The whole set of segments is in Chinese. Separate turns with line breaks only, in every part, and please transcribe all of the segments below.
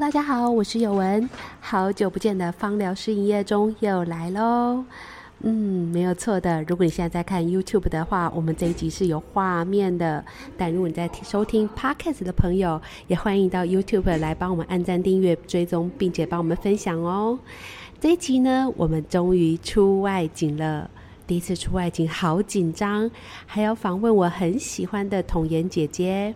大家好，我是有文，好久不见的芳疗师营业中又来喽。嗯，没有错的。如果你现在在看 YouTube 的话，我们这一集是有画面的；但如果你在听收听 Podcast 的朋友，也欢迎到 YouTube 来帮我们按赞、订阅、追踪，并且帮我们分享哦。这一集呢，我们终于出外景了。第一次出外景，好紧张，还要访问我很喜欢的童颜姐姐。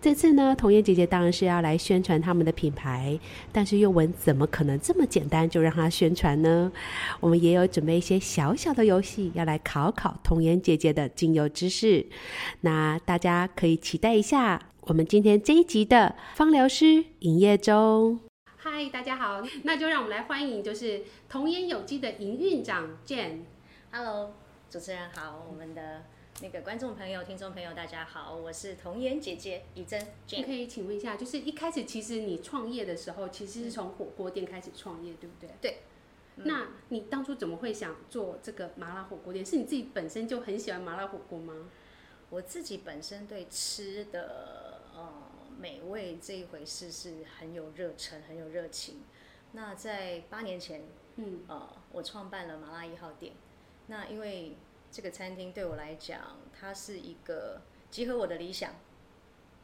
这次呢，童颜姐姐当然是要来宣传他们的品牌，但是又文怎么可能这么简单就让她宣传呢？我们也有准备一些小小的游戏，要来考考童颜姐姐的精油知识，那大家可以期待一下我们今天这一集的芳疗师营业中。嗨，大家好，那就让我们来欢迎就是童颜有机的营运长 Jane。
Hello，主持人好，我们的那个观众朋友、听众朋友，大家好，我是童颜姐姐怡珍
你
Jane。
可以请问一下，就是一开始其实你创业的时候，其实是从火锅店开始创业，对不对？
嗯对。嗯
那你当初怎么会想做这个麻辣火锅店？是你自己本身就很喜欢麻辣火锅吗？
我自己本身对吃的呃美味这一回事是很有热忱、很有热情。那在八年前，
嗯，
呃，我创办了麻辣一号店。那因为这个餐厅对我来讲，它是一个集合我的理想，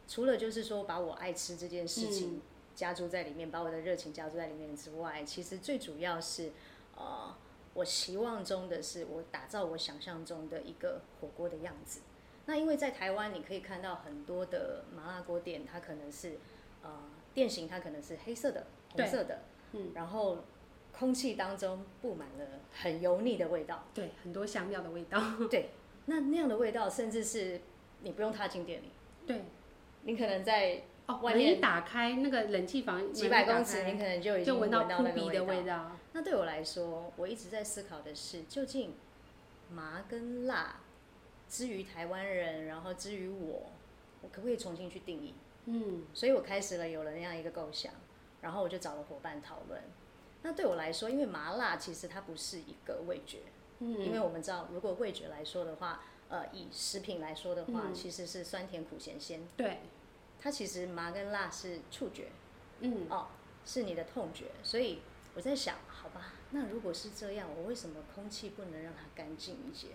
除了就是说把我爱吃这件事情加注在里面，把我的热情加注在里面之外，其实最主要是，呃，我期望中的是我打造我想象中的一个火锅的样子。那因为在台湾，你可以看到很多的麻辣锅店，它可能是呃店型，它可能是黑色的、红
对
色的，
嗯，
然后空气当中布满了很油腻的味道。
对，很多香料的味道。
对，那那样的味道，甚至是你不用踏进店里，
对，
你可能在
哦，
外
门一
面
打开那个冷气房，
几百
门一打
公尺，
开
你可能就已经
就闻
闻
到
那
扑
个
鼻的味道。
那对我来说，我一直在思考的是，究竟麻跟辣，之于台湾人，然后之于我，我可不可以重新去定义？
嗯，
所以我开始了有了那样一个构想，然后我就找了伙伴讨论。那对我来说，因为麻辣其实它不是一个味觉，
嗯
因为我们知道，如果味觉来说的话，呃，以食品来说的话，
嗯
其实是酸甜苦咸鲜，
对，
它其实麻跟辣是触觉，
嗯，
哦，是你的痛觉。所以我在想，好吧，那如果是这样，我为什么空气不能让它干净一些？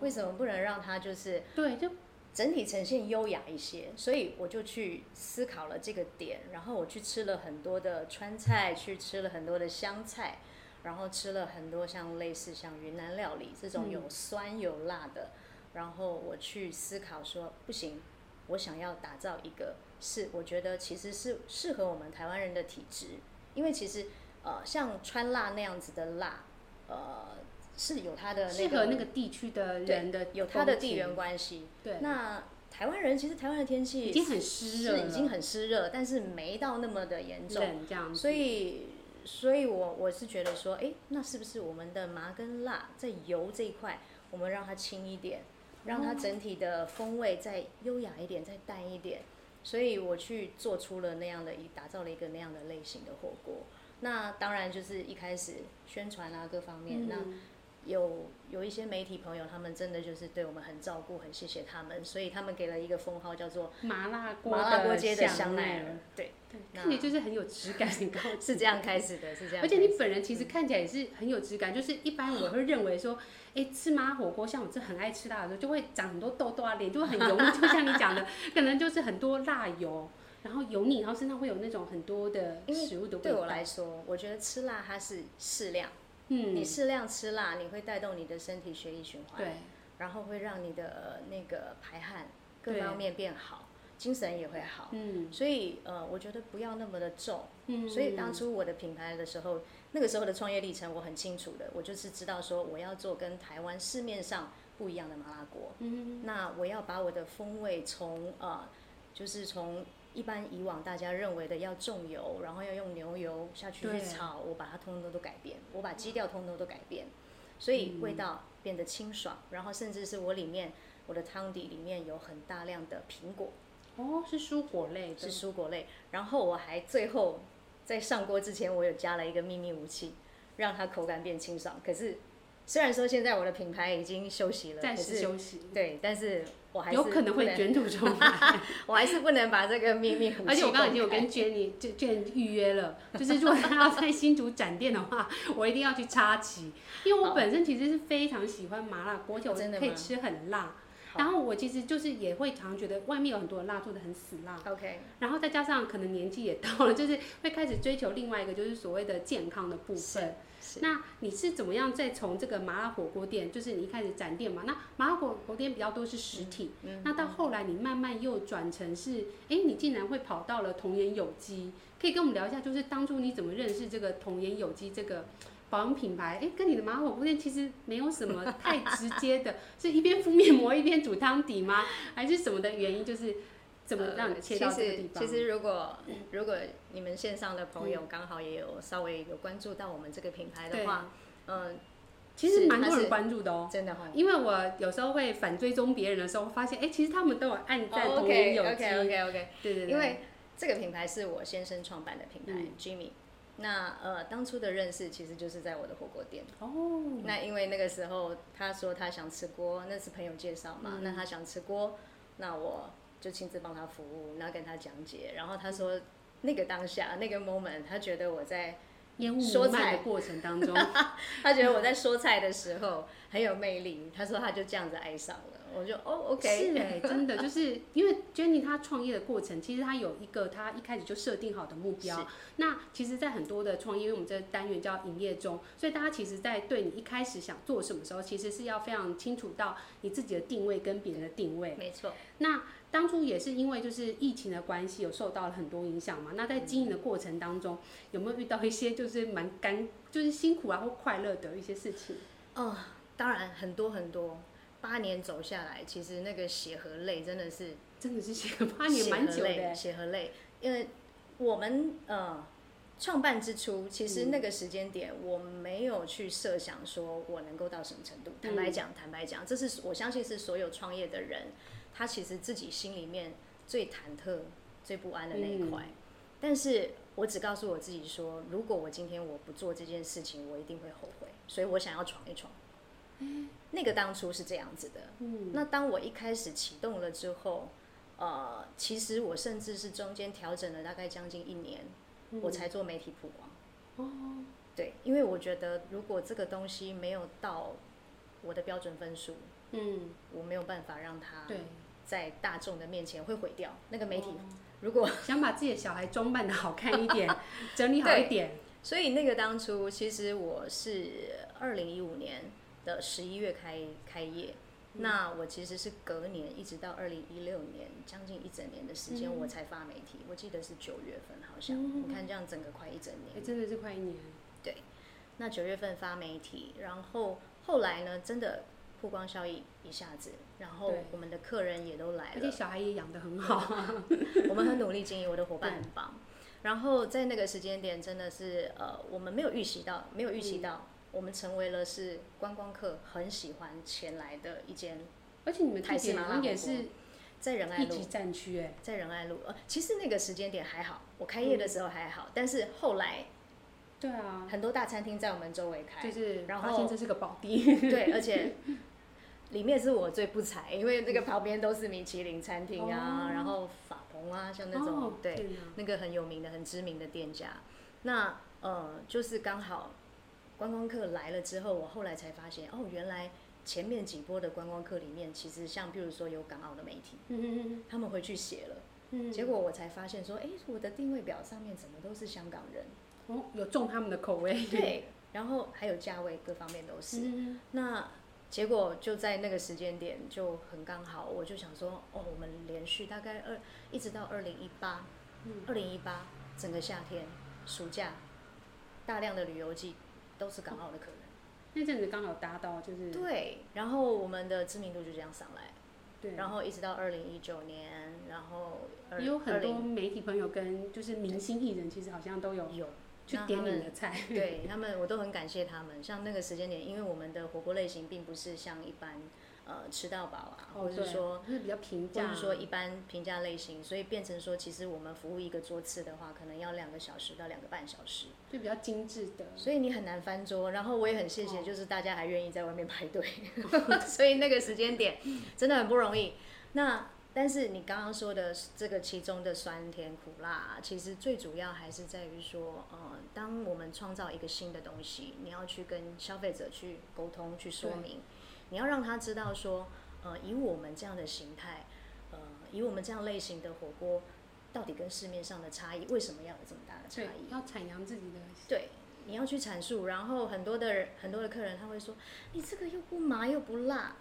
为什么不能让它就是
对，就
整体呈现优雅一些？所以我就去思考了这个点，然后我去吃了很多的川菜，去吃了很多的湘菜，然后吃了很多像类似像云南料理这
嗯
种有酸有辣的。然后我去思考说，不行，我想要打造一个是我觉得其实是适合我们台湾人的体质，因为其实呃像川辣那样子的辣，呃是有它的那
适合
个
那个地区的
对
人的
有它的
风
地
情
缘关系。
对，
那台湾人其实台湾的天气
已经很
是
湿热了，
已经很湿热，但是没到那么的严重，
冷这样子，
所以。所以我，我是觉得说，诶，那是不是我们的麻跟辣在油这一块，我们让它轻一点，让它整体的风味再优雅一点，再淡一点。所以我去做出了那样的一，打造了一个那样的类型的火锅。那当然就是一开始宣传啊各方面，那
嗯
有有一些媒体朋友，他们真的就是对我们很照顾，很谢谢他们，所以他们给了一个封号叫做
麻辣
“
锅
麻辣锅街的香
香
奈
奈
儿”，对，
对，
那
看起来就是很有质感，很高级
是这样开始的，是这样嗯
而
开始。
且你本人其实看起来也是很有质感，就是一般我会认为说，哎、吃麻辣火锅，像我这很爱吃辣的时候，就会长很多痘痘啊，脸就会很油腻，就像你讲的，可能就是很多辣油，然后油腻，然后身上会有那种很多的
因为
食物的味
对我
道。
来说，我觉得吃辣它是适量，你
嗯，
适量吃辣，你会带动你的身体血液循环，
对，
然后会让你的呃那个排汗各
对
方面变好，精神也会好。
嗯
所以呃，我觉得不要那么的重。
嗯，
所以当初我的品牌的时候，那个时候的创业历程我很清楚的，我就是知道说我要做跟台湾市面上不一样的麻辣锅，
嗯
那我要把我的风味从呃，就是从一般以往大家认为的要重油，然后要用牛油下去
对
去炒，我把它通通都改变，我把基调通通都改变，所以
嗯
味道变得清爽，然后甚至是我里面我的汤底里面有很大量的苹果。
哦是蔬果类的
是，蔬果类。然后我还最后在上锅之前，我有加了一个秘密武器，让它口感变清爽。可是虽然说现在我的品牌已经休息了，
暂
可
时
是
休息，
对，但是我还是
有可能
不
会卷土重来。
我还是不能把这个秘密武器
而且我刚刚已经有
公开
跟 Jenny 就 Jen 预约了， 就是如果他要在新竹展店的话，我一定要去插旗，因为我
好
本身其实是非常喜欢麻辣锅，而且我
真的
可以
吗
吃很辣。
好
然后我其实就是也会常觉得外面有很多辣做的很死辣，
OK，
然后再加上可能年纪也到了，就是会开始追求另外一个就是所谓的健康的部分。
是
那你是怎么样再从这个麻辣火锅店，就是你一开始展店嘛？那麻辣火锅店比较多是实体，
嗯
那到后来你慢慢又转成是，哎，你竟然会跑到了童颜有机，可以跟我们聊一下，就是当初你怎么认识这个童颜有机这个保养品牌？哎，跟你的麻辣火锅店其实没有什么太直接的，是一边敷面膜一边煮汤底吗？还是什么的原因？就是怎么让你切到这个地方？
呃呃其实其实如果如果你们线上的朋友刚好也有稍微有关注到我们这个品牌的
对
话，嗯，
其实
是
蛮多
它
人
是
关注的哦。
真的哈。
因为我有时候会反追踪别人的时候，发现哎、诶其实他们都有暗赞童颜
哦 OK
有机
OK OK OK，
对对对，
因为这个品牌是我先生创办的品牌、
嗯
Jimmy。那呃，当初的认识其实就是在我的火锅店。
哦，
那因为那个时候他说他想吃锅，那是朋友介绍嘛，
嗯
那他想吃锅，那我就亲自帮他服务，然后跟他讲解。然后他说那个当下那个 moment，他觉得我在
烟雾弥
说
漫
菜
的过程当中，
他觉得我在说菜的时候很有魅力。他说他就这样子爱上了，我就哦 OK，
是哎、真的就是因为 Jenny 她创业的过程，其实她有一个她一开始就设定好的目标
是。
那其实，在很多的创业，因为我们这个单元叫营业中，所以大家其实，在对你一开始想做什么时候，其实是要非常清楚到你自己的定位跟别人的定位。
没错，
那当初也是因为就是疫情的关系，有受到了很多影响嘛。那在经营的过程当中，有没有遇到一些就是蛮干，就是辛苦啊或快乐的一些事情？
哦，当然很多很多。八年走下来，其实那个血和泪真的是
真的是写了 八年蛮久的欸，
血和泪，因为我们呃创办之初，其实那个时间点我没有去设想说我能够到什么程度。坦白讲，坦白讲，这是我相信是所有创业的人，他其实自己心里面最忐忑、最不安的那一块。但是我只告诉我自己说，如果我今天我不做这件事情，我一定会后悔，所以我想要闯一闯。那个当初是这样子的，
嗯，
那当我一开始启动了之后，呃，其实我甚至是中间调整了大概将近一年，我才做媒体曝光。
哦，
对，因为我觉得如果这个东西没有到我的标准分数，
嗯，
我没有办法让它
对，
在大众的面前会毁掉。那个媒体
哦
如果
想把自己的小孩装扮的好看一 点，整理好一点，
所以那个当初，其实我是二零一五年的十一月开开业，
嗯
那我其实是隔年一直到二零一六年，将近一整年的时间，
嗯
我才发媒体。我记得是九月份，好像、
嗯
你看这样整个快一整
哎、
年。
真的是快一年，
那九月份发媒体，然后后来呢，真的曝光效益一下子，然后
对
我们的客人也都来
而且，
了
小孩也养的很好，
我们很努力经营，我的伙伴很棒。然后在那个时间点，真的是呃，我们没有预习到，没有预习
嗯
到，我们成为了是观光客很喜欢前来的一间，
而且你们地
台式
点
麻
好
辣
像也
火锅
是
在仁爱
一
路
级，战区哎，
在仁爱路。呃，其实那个时间点还好，我开
嗯
业的时候还好，但是后来
对啊，
很多大餐厅在我们周围
就
开，
是
然
发
后
现这是个宝地，
对，而且里面是我最不才，因为这个旁边都是米其林餐厅啊，
哦
然后法鹏啊， 像那种、
哦
对。
天哪
那个很有名的、很知名的店家。那呃，就是刚好观光客来了之后，我后来才发现，哦，原来前面几波的观光客里面，其实像比如说有港澳的媒体，
嗯
他们回去写了，
嗯
结果我才发现说，哎，我的定位表上面怎么都是香港人？
哦，有中他们的口味。
对，然后还有价位各方面都是。
嗯，
那结果就在那个时间点就很刚好，我就想说，哦，我们连续大概二一直到二零一八，
嗯
二零一八整个夏天、暑假，大量的旅游季都是港澳的客人，
那阵子刚好搭到，哦就是
对，然后我们的知名度就这样上来，
对，
然后一直到二零一九年，然后二
也有
二
很多
零
媒体朋友跟就是明星艺人，其实好像都有
有
去
那他
点你
们
的菜。
对他们，我都很感谢他们。像那个时间点，因为我们的火锅类型并不是像一般呃吃到饱啊，
哦，
或者
对
是说，
就是比较平
或
价，
者是说一般平价类型，所以变成说，其实我们服务一个桌次的话，可能要两个小时到两个半小时，
就比较精致的。
所以你很难翻桌。然后我也很谢谢，
哦
就是大家还愿意在外面排队， 所以那个时间点真的很不容易。那但是你刚刚说的这个其中的酸甜苦辣，其实最主要还是在于说，呃，当我们创造一个新的东西，你要去跟消费者去沟通、去说明，你要让他知道说，呃，以我们这样的形态，呃，以我们这样类型的火锅，到底跟市面上的差异，为什么要有这么大的差
对
异，？
要阐扬自己的。
对，你要去阐述。然后很多的人，很多的客人他会说，你这个又不麻又不辣。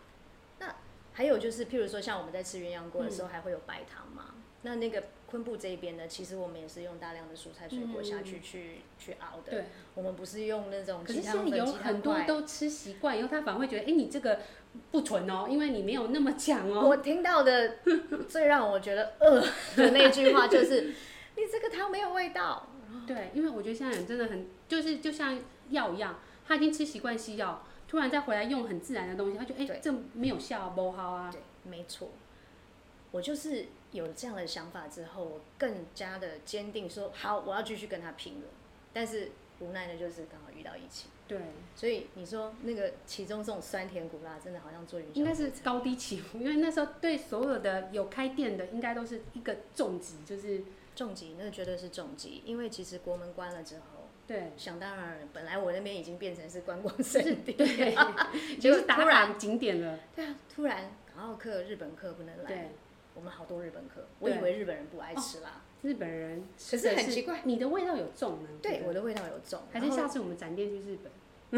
那还有就是，譬如说像我们在吃鸳鸯锅的时候，
嗯
还会有白糖嘛。那那个昆布这边呢，其实我们也是用大量的蔬菜水果下去、去去熬的。
嗯对，
我们不是用那种
可是
鸡
现
汤
在
粉、
有
鸡
很
汤
多
块。
都吃习惯以后，他反而会觉得，哎、你这个不纯哦，因为你没有那么强哦。
我听到的最让我觉得呃的那句话就是，你这个汤没有味道。
对，因为我觉得现在人真的很，就是就像药一样，他已经吃习惯西药，突然再回来用很自然的东西，他就哎、
对
这没有效啊，不好啊。
对，没错。我就是有这样的想法之后，我更加的坚定说，好，我要继续跟他拼了。但是无奈的就是刚好遇到疫情，
对，
所以你说那个其中这种酸甜苦辣，真的好像做云霄
应该是高低起伏，因为那时候对所有的有开店的，应该都是一个重击，就是
重疾，那绝对是重疾。因为其实国门关了之后，
对
想当然，本来我那边已经变成是观光胜地，
对，
结
就
果
是打
突然
卡景点了。
对啊，突然港澳客、日本客不能来，
对，
我们好多日本客，我
对
以为日本人不爱吃辣，
日本人
可是很奇怪，
你的味道有重呢。
对我
的，
的味道有重，
还是
然后
下次我们展店去日本。
我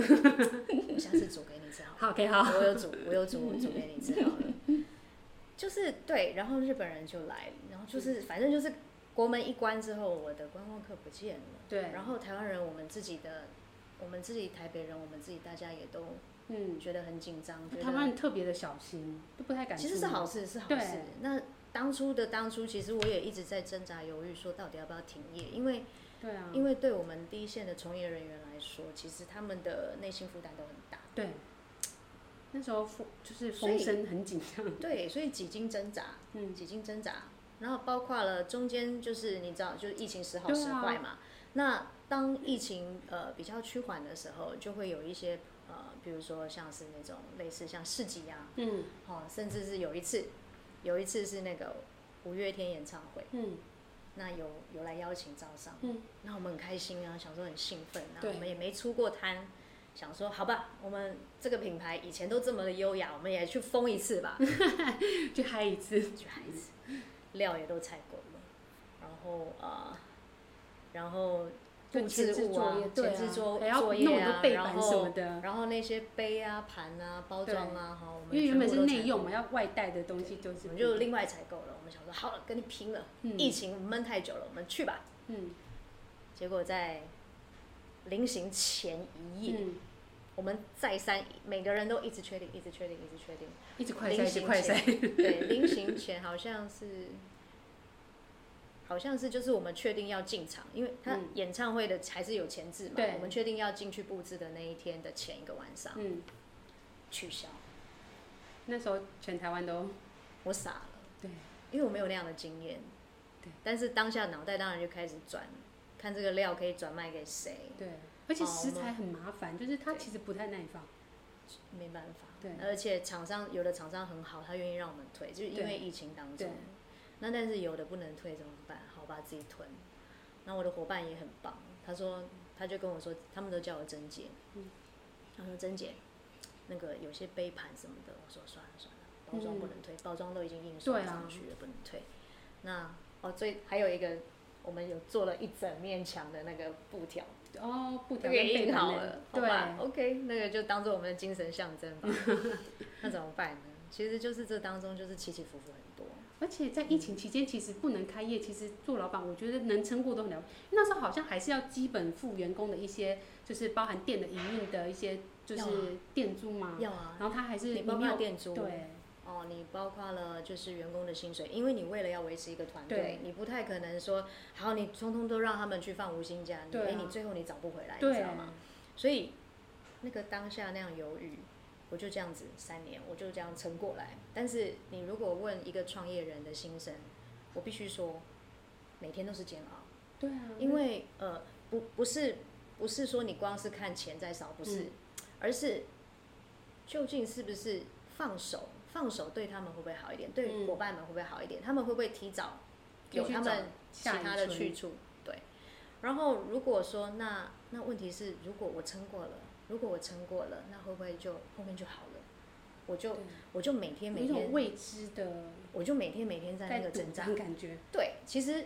下次煮给你吃好了。
好，OK，好。
我有煮，我有煮，我煮给你吃好了。 就是对，然后日本人就来，然后
嗯
就是反正就是国门一关之后，我的观光客不见了。
对
然后台湾人，我们自己的，我们自己台北人，我们自己大家也都
嗯，
觉得很紧张，觉
台湾
得
人特别的小心，都不太敢出
其
门。
实是好事，是好事
对。
那当初的当初，其实我也一直在挣扎犹豫，说到底要不要停业，因为
对啊，
因为对我们第一线的从业人员来说，其实他们的内心负担都很大。
对，那时候风就是
所
风
以
声很紧张。
对，所以几经挣扎，
嗯，
几经挣扎，然后包括了中间就是你知道，就是疫情时好
对
时
啊
坏嘛。那当疫情呃比较趋缓的时候，就会有一些呃，比如说像是那种类似像市集啊，
嗯
哦，甚至是有一次，有一次是那个五月天演唱会，
嗯，
那有有来邀请招商，
嗯，
那我们很开心啊，想说很兴奋啊，
对
我们也没出过摊，想说好吧，我们这个品牌以前都这么的优雅，我们也去疯一次吧。
嗯去嗨一次。
去孩子，料也都采购了，然后呃，然后
就
布置
前置
物啊
作业，，对
前
啊
置作
还要
作
弄
业
很
啊
多，背
然
板什么
后
的，
然后那些杯啊、盘啊、包装啊，哈，我们
因为原本
全
是
部都
内
采
用
购
嘛，，要外带的东西就
我
是
们就另外采购了。我们想说，好了，跟你拼了，疫
嗯
情闷太久了，我们去吧。
嗯
结果在临行前一夜，
嗯，
我们再三每个人都一直确定，一直确定，一直确定。
一直快
临
塞，一直
行
快
前
塞。
对，临行前好像是，好像是就是我们确定要进场，因为他
嗯
演唱会的还是有前置嘛，
对
我们确定要进去布置的那一天的前一个晚上
嗯，
取消，
那时候全台湾都
我傻了，
对，
因为我没有那样的经验，
对，
但是当下脑袋当然就开始转，看这个料可以转卖给谁，
对，而且
哦
食
我们
材很麻烦，就是它
对
其实不太耐放。
没办法，
对
而且厂商有的厂商很好，他愿意让我们退，就是因为
对
疫情当
对
中，那但是有的不能退怎么办？好吧，自己囤。那我的伙伴也很棒，他说他就跟我说，他们都叫我珍姐，
嗯
他说珍姐，那个有些杯盘什么的，我说算了算了，包装不
嗯
能退，包装都已经印刷
对啊
上去了，不能退。那哦，最还有一个。我们有做了一整面墙的那个布条，
哦，不
这
条
个
跟
也
背
印
板
好
呢
了，好
对，
吧？OK，那个就当做我们的精神象征 吧。那怎么办呢？其实就是这当中就是起起伏伏很多。
而且在疫情期间，其实不能开业，其实做老板，我觉得能撑过都很了不起。那时候好像还是要基本付员工的一些，就是包含店的营运的一些，就
要啊
是店租嘛。
要啊，
然后他还是
你
嗯你
包
没
括
有
店租，
对，
哦，你包括了就是员工的薪水，因为你为了要维持一个团队
对，
你不太可能说好你通通都让他们去放无薪假，你
对啊
哎、你最后你找不回来，你
对
知道吗？所以那个当下那样犹豫，我就这样子三年，我就这样撑过来。但是你如果问一个创业人的心声，我必须说，每天都是煎熬，
对啊，
因为呃，不不是不是说你光是看钱在少，不
嗯
是，而是究竟是不是放手，放手对他们会不会好一点，对
嗯
伙伴们会不会好一点，他们会不会提早
可以
有
去
他
找
们其
下一
他的
春
去处？对。然后如果说那那问题是，如果我撑过了，如果我撑过了，那会不会就后面就好了？我就
对
我就每天
有
每
一种
天，
未知的
我就每天每天在那
在
个
赌
挣扎
的。感觉，
对，其实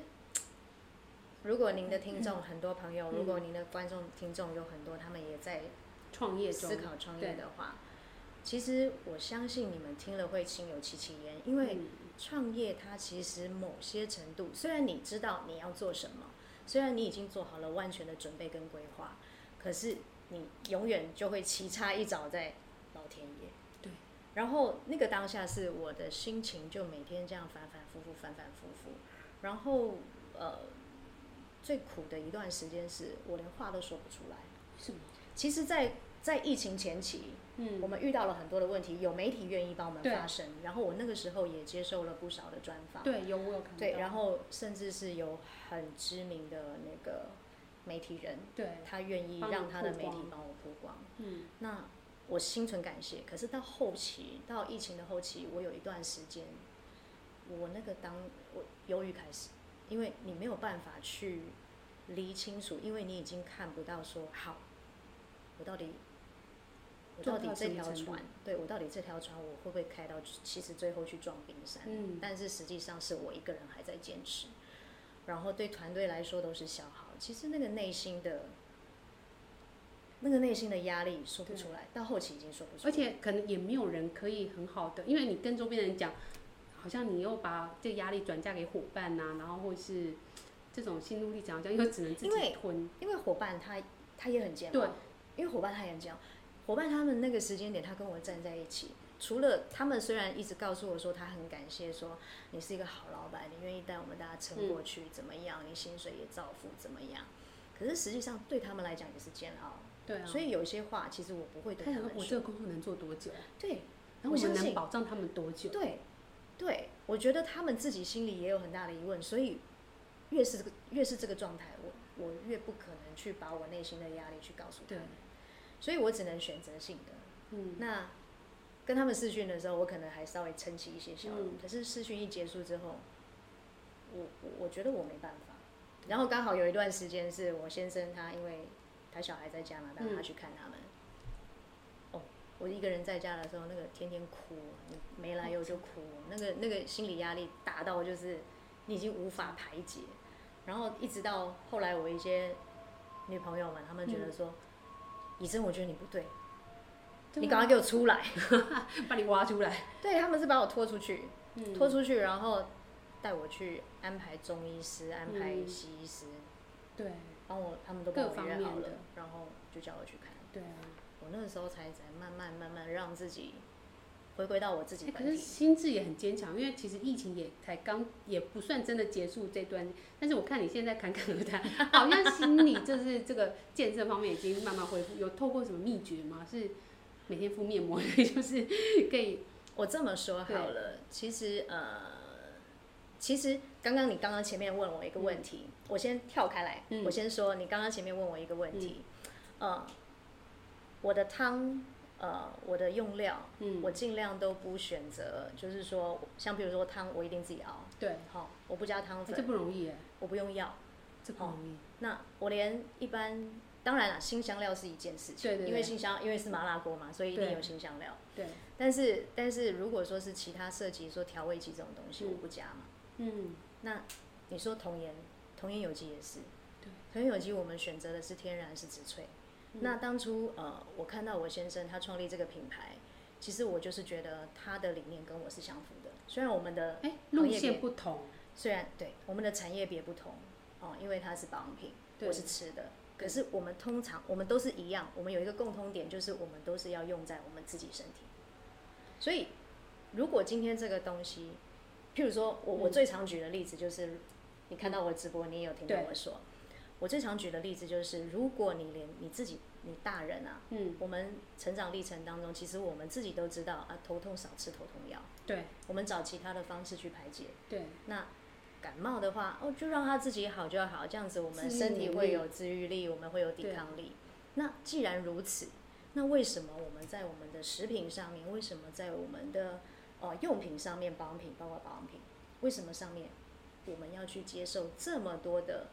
如果您的听众很多朋友，如果您的观众听众有很多，他们也在
创业中
思考创业的话，其实我相信你们听了会心有戚戚焉，因为
嗯
创业它其实某些程度，虽然你知道你要做什么，虽然你已经做好了万全的准备跟规划，可是你永远就会棋差一脚在老天爷。
对。
然后那个当下是我的心情，就每天这样反反复复，反反复复。然后呃，最苦的一段时间是我连话都说不出来。
什么？
其实在，在疫情前期，
嗯
我们遇到了很多的问题，有媒体愿意帮我们
对
发声，然后我那个时候也接受了不少的专访，
对，嗯有我有看到，
对然后甚至是有很知名的那个媒体人，
对，
他愿意
帮你
让他的
曝
媒体
光
帮我曝光，
嗯
那我心存感谢。可是到后期，到疫情的后期，我有一段时间，我那个当我忧郁开始，因为你没有办法去理清楚，因为你已经看不到说好，我到底。我
做
到底
到
这
什么
条
程度
船，对我到底这条船，我会不会开到？其实最后去撞冰山，
嗯，
但是实际上是我一个人还在坚持，然后对团队来说都是消耗。其实那个内心的，那个内心的压力说不出来，到后期已经说不出
而
来。
且可能也没有人可以很好的，因为你跟周边人讲，好像你又把这压力转嫁给伙伴呐、然后或是这种心路历程，好像又只能自
因为
己吞，
因为伙伴他他也很煎
对
熬，因为伙伴他也很煎熬。伙伴他们那个时间点，他跟我站在一起。除了他们虽然一直告诉我说他很感谢，说你是一个好老板，你愿意带我们大家撑
嗯
过去，怎么样？你薪水也照付，怎么样？可是实际上对他们来讲也是煎熬。
对啊，
所
以
以有一些话，其实我不会对
他
他
想说
们
我这
说。
个工作能做多久，
对
然后
我
我
相
们能
信
保障他们多久，
对啊对，我觉得他们自己心里也有很大的疑问，所以越是这个越是这个状态，我我越不可能去把我内心的压力去告诉他
对
们，所以我只能选择性的。
嗯，
那跟他们试训的时候，我可能还稍微撑起一些笑容，
嗯
可是试训一结束之后，我我我觉得我没办法。然后刚好有一段时间是我先生他因为他小孩在加拿大，
嗯
他去看他们。哦，我一个人在家的时候，那个天天哭，啊你没来由
哦
就哭，啊那个那个心理压力大到就是你已经无法排解。然后一直到后来，我一些女朋友们，她们觉
嗯
得说，以真，我觉得你不
啊
对，
对
你
啊
赶快给我出来！
把你挖出来，
对他们是把我拖出去，
嗯，
拖出去，然后带我去安排中医师、安排
嗯
西医师，
对
帮我他们都帮
各
我
方
约好
面
了
的，
然后就叫我去看。
对啊，
我那个时候才才慢慢慢慢让自己回归到我自己
哎可
本
是
体。
心智也很坚强，因为其实疫情也才刚，也不算真的结束这段，但是我看你现在侃侃而谈，好像心理就是这个建设方面已经慢慢恢复。有透过什么秘诀吗？是每天敷面膜， 就是可以
我这么说好
对
了，其实呃，其实刚刚你刚刚前面问我一个问题，我先跳开来，
嗯
我先说你刚刚前面问我一个问题，呃，我的汤，呃，我的用料，
嗯，
我尽量都不选择，就是说，像比如说汤，我一定自己熬，
对，
好、我不加汤
哎这
粉，
不容易哎，
我不用药。
这不
哦
容易，
那我连一般，当然啦，新香料是一件事情，
对对对
因为新香因为是麻辣锅嘛，所以一定
对
有新香料。
对，
但是但是如果说是其他涉及说调味剂这种东西，
嗯
我不加嘛。
嗯，
那你说童颜，童颜有机也是
对，
童颜有机我们选择的是天然是植萃。
嗯
那当初呃，我看到我先生他创立这个品牌，其实我就是觉得他的理念跟我是相符的。虽然我们的
哎，
行
路
哦业别
线不同，
虽然对我们的产业别不同哦、因为它是保养品，
对
我是吃的，可是我们通常我们都是一样，我们有一个共通点，就是我们都是要用在我们自己身体，所以如果今天这个东西，譬如说我
嗯
我最常举的例子就是，你看到我直播，你也有听到
对
我说，我最常举的例子就是，如果你连你自己，你大人啊，
嗯，
我们成长历程当中，其实我们自己都知道啊，头痛少吃头痛药，
对
我们找其他的方式去排解。
对，
那感冒的话，哦，就让它自己好就好，这样子我们
自愈
身体
能
会
力
有自愈力，我们会有抵
对
抗力。那既然如此，那为什么我们在我们的食品上面，为什么在我们的呃用品上面，保养品包括保养品，为什么上面我们要去接受这么多的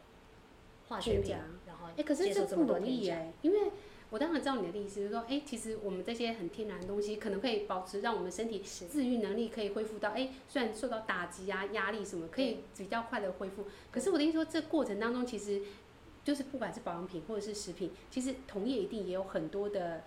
化学
添
品
加，
然后
哎、可是
接
这
受么
不
多
容
添
易
加
哎、因为我当然知道你的意思，就是说，哎、其实我们这些很天然的东西，可能可以保持让我们身体
是
自愈能力可以恢复到，哎、虽然受到打击啊、压力什么，可以比较快的恢复。可是我的意思说，这过程当中其实。就是不管是保养品或者是食品，其实同业一定也有很多的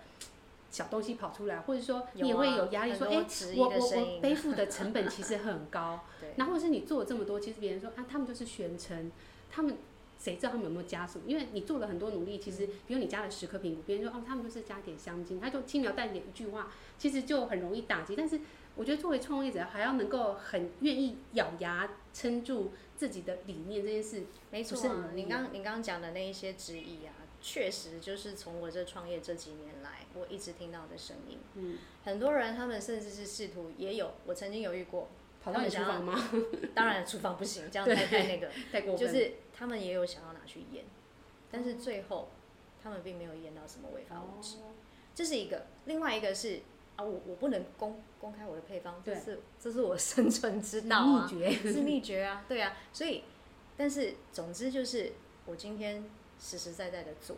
小东西跑出来，或者说你也会有压力说，哎、
哎、啊质疑
我
的
我
声
我
音，，
背负的成本其实很高
对
然后或是你做了这么多，其实别人说啊，他们就是宣称，他们谁知道他们有没有加速？因为你做了很多努力，其实比如你加了十颗苹果，别人说哦，他们就是加点香嗯精，他就轻描淡写一句话，其实就很容易打击。但是我觉得作为创业者，还要能够很愿意咬牙撑住自己的理念这件事，
没
不
错、
是很
啊，
容易
你刚你刚刚讲的那一些质疑啊，确实就是从我这创业这几年来，我一直听到的声音。
嗯，
很多人他们甚至是试图也有，我曾经有遇过，
跑到你厨房 吗？
当然厨房不行，这样太太那个，
带 过
就
分
是他们也有想要拿去腌，但是最后他们并没有腌到什么违法
哦
物质，这是一个。另外一个是啊，我我不能公公开我的配方，这
对
是这是我生存之道啊，
秘诀，
是秘诀啊，对啊，所以，但是总之就是我今天实实在在的做。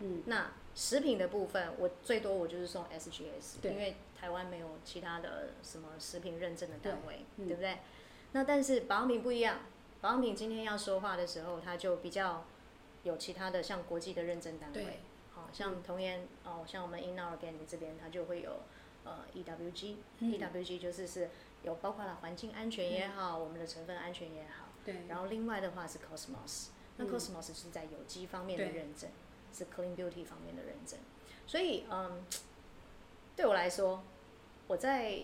嗯，
那食品的部分，我最多我就是送 SGS，
对
因为台湾没有其他的什么食品认证的单位，
对嗯
不对？那但是保养品不一样，保养品今天要说话的时候，它就比较有其他的像国际的认证单位
对，嗯
好、像童颜哦，像我们 i n n o r g a n 这边，它就会有呃 EWG，EWG、
嗯
EWG 就是是有包括了环境安全也好，我们的成分安全也好，
对，
然后另外的话是 Cosmos，那
嗯
Cosmos 是在有机方面的
对
认证，是 Clean Beauty 方面的认证，所以嗯，对我来说，我在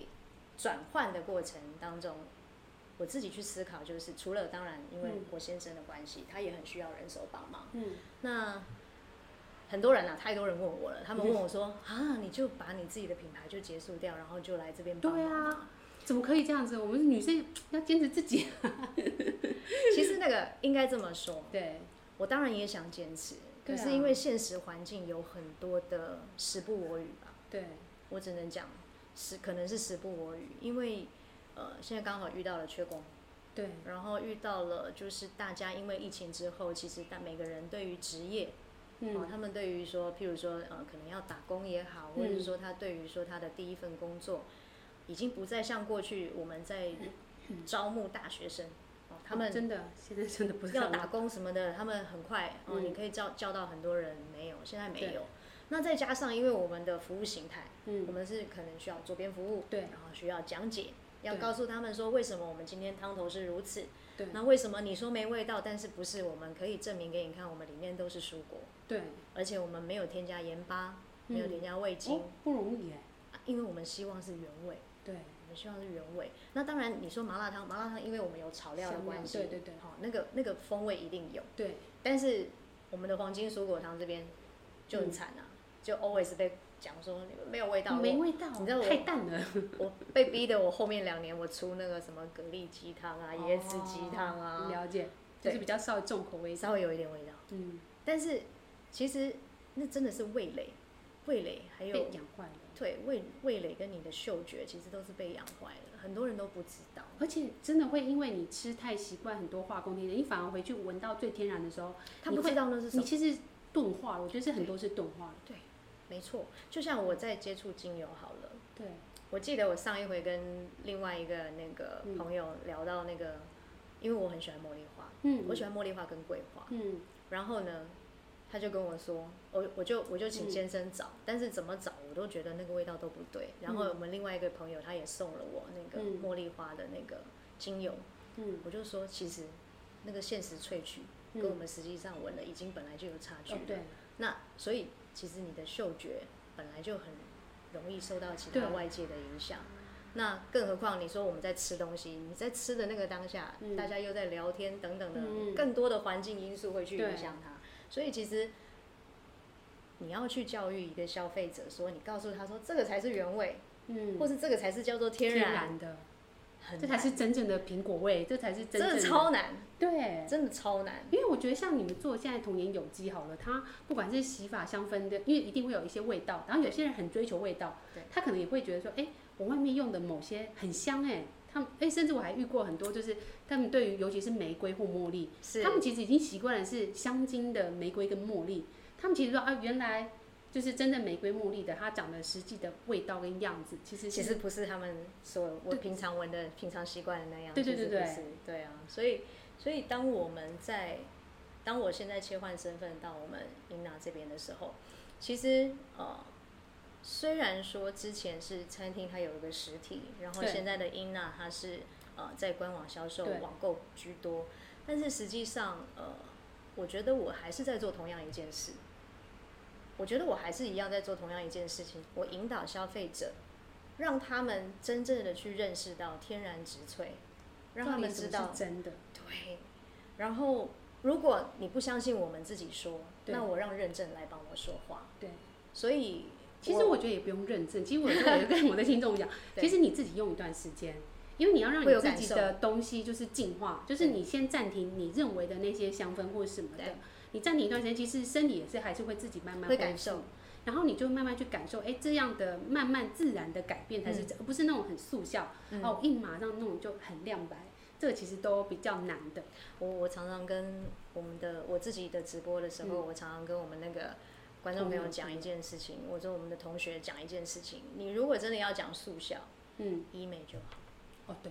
转换的过程当中。我自己去思考，就是除了当然，因为
嗯
我先生的关系，他也很需要人手帮忙，
嗯，
那很多人啊，太多人问我了，他们问我说：“啊，你就把你自己的品牌就结束掉，然后就来这边帮
对
忙
啊
嘛。
怎么可以这样子？我们女生要坚持自己，
其实那个应该这么说，
对，
我当然也想坚持，可
对啊
是因为现实环境有很多的时不我与吧，
对，
我只能讲是可能是时不我与，因为呃现在刚好遇到了缺工，
对，
然后遇到了就是大家因为疫情之后，其实大每个人对于职业哦，
嗯，
他们对于说，譬如说，呃，可能要打工也好，或者是
嗯
说他对于说他的第一份工作，已经不再像过去我们在
嗯
招募大学生，哦，他们
真的现在真的不是
要
很
打工什么的，他们很快哦，
嗯
你可以叫叫到很多人，没有，现在没
对
有。那再加上因为我们的服务形态，
嗯
我们是可能需要周边服务，
对
然后需要讲解，要
对
告诉他们说为什么我们今天汤头是如此，
对
那为什么你说没味道，但是不是我们可以证明给你看，我们里面都是蔬果。
对，
而且我们没有添加盐巴，没有
嗯
添加味精、
哦，不容易哎，
啊因为我们希望是原味，
对，
我们希望是原味。那当然，你说麻辣烫，麻辣烫因为我们有炒料的
香料
关系，
对对对
好、那个那个风味一定有。
对，
但是我们的黄金蔬果汤这边就
嗯
很惨啊，就 always 被讲说你们没有味道，
没
我
味道，
你知道我
太淡了，
我被逼的，我后面两年我出那个什么蛤蜊鸡汤啊、椰子鸡汤
哦
啊，
了解，就
对
是比较稍微重口味，
稍微有一点味道。
嗯，
但是其实那真的是味蕾，味蕾还有
被养坏了，
对味味蕾跟你的嗅觉其实都是被养坏了，很多人都不知道。
而且真的会因为你吃太习惯很多化工添加，你反而回去闻到最天然的时候，
他
你
不
会
知道那是什
你
么。
其实钝化了，我觉得是很多是钝化了，
没错，就像我在接触精油好了，
对，
我记得我上一回跟另外一个那个
嗯
朋友聊到那个，因为我很喜欢茉莉花，
嗯，
我喜欢茉莉花跟桂花，
嗯，
然后呢。他就跟我说，我我就我就请
嗯
先生找，但是怎么找我都觉得那个味道都不对。然后
嗯
我们另外一个朋友他也送了我那个
嗯
茉莉花的那个精油，
嗯，
我就说其实那个现实萃取
嗯，
跟我们实际上闻的已经本来就有差距
哦
了。
对，
那所以其实你的嗅觉本来就很容易受到其
对
他外界的影响。那更何况你说我们在吃东西，你在吃的那个当下，大家又在聊天等等的，
嗯
更多的环境因素会去
对
影响他。所以其实你要去教育一个消费者说，你告诉他说这个才是原味，
嗯，
或是这个才是叫做天然，
的，
很
这才
难，
是真正的苹果味，这才是真
真
正
的
的
超难，
对。
真的超难。
因为我觉得像你们做现在童颜有机好了，它不管是洗发香氛的，因为一定会有一些味道，然后有些人很追求味道
对，
他可能也会觉得说，哎，我外面用的某些很香哎，他们哎，甚至我还遇过很多，就是他们对于尤其是玫瑰或茉莉，
是
他们其实已经习惯了是香精的玫瑰跟茉莉，他们其实说啊，原来就是真正玫瑰茉莉的，它长得实际的味道跟样子，其实
其
是
实不是他们所我平常闻的、平常习惯的那样。
对对
其实
对对
不是对啊！所以，所以当我们在，当我现在切换身份到我们英娜这边的时候，其实呃，虽然说之前是餐厅它有一个实体，然后
对
现在的英娜它是呃在官网销售、
对
网购居多，但是实际上呃，我觉得我还是在做同样一件事。我觉得我还是一样在做同样一件事情，我引导消费者，让他们真正的去认识到天然植萃，让他
到底
们
什
知
么
道
是真的，
对。然后，如果你不相信我们自己说，
对
那我让认证来帮我说话。
对。
所以，
其实我觉得也不用认证，其实我就有跟我的听众 讲，
对
其实你自己用一段时间，因为你要让
会
你
有
自
感
己
受
的东西就是进化，就是你先暂停你认为的那些香氛或什么的
对，
你暂停一段时间，其实身体也是还是会自己慢慢恢
会感
复
受，
然后你就慢慢去感受，哎，这样的慢慢自然的改变才是，而不是那种很速效，
嗯
哦，一马上那种就很亮白，这个其实都比较难的。
我我常常跟我们的我自己的直播的时
嗯
候，我常常跟我们那个观众朋友讲一件事情，我跟我们的同学讲一件事情。你如果真的要讲速效，
嗯，
医美就好，
哦，对，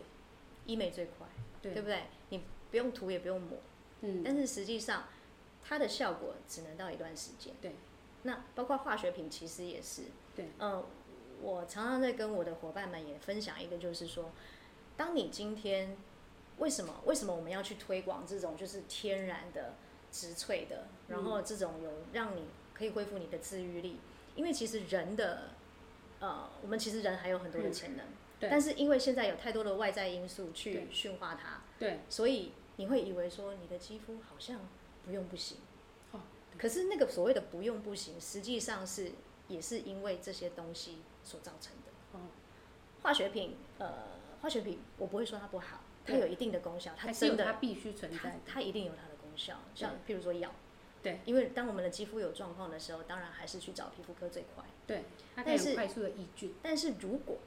医美最快，
对
对不对？你不用涂也不用抹。
嗯，
但是实际上它的效果只能到一段时间。
对，
那包括化学品其实也是。
对，
嗯、我常常在跟我的伙伴们也分享一个，就是说，当你今天为什么为什么我们要去推广这种就是天然的、植萃的，然
嗯
后这种有让你可以恢复你的自愈力，因为其实人的。呃，我们其实人还有很多的潜能，
嗯对
但是因为现在有太多的外在因素去
对
驯化它，
对，
所以你会以为说你的肌肤好像不用不行，
哦，
可是那个所谓的不用不行，实际上是也是因为这些东西所造成的。
哦，
化学品，呃，化学品我不会说它不好，它
对
有一定的功效，它
还是有
真
它
的，
必须存
它
在的。
它一定有它的功效。
对
像譬如说药，
对，
因为当我们的肌肤有状况的时候，当然还是去找皮肤科最快。
对，它可以
但是
很快速的抑菌。
但是如果，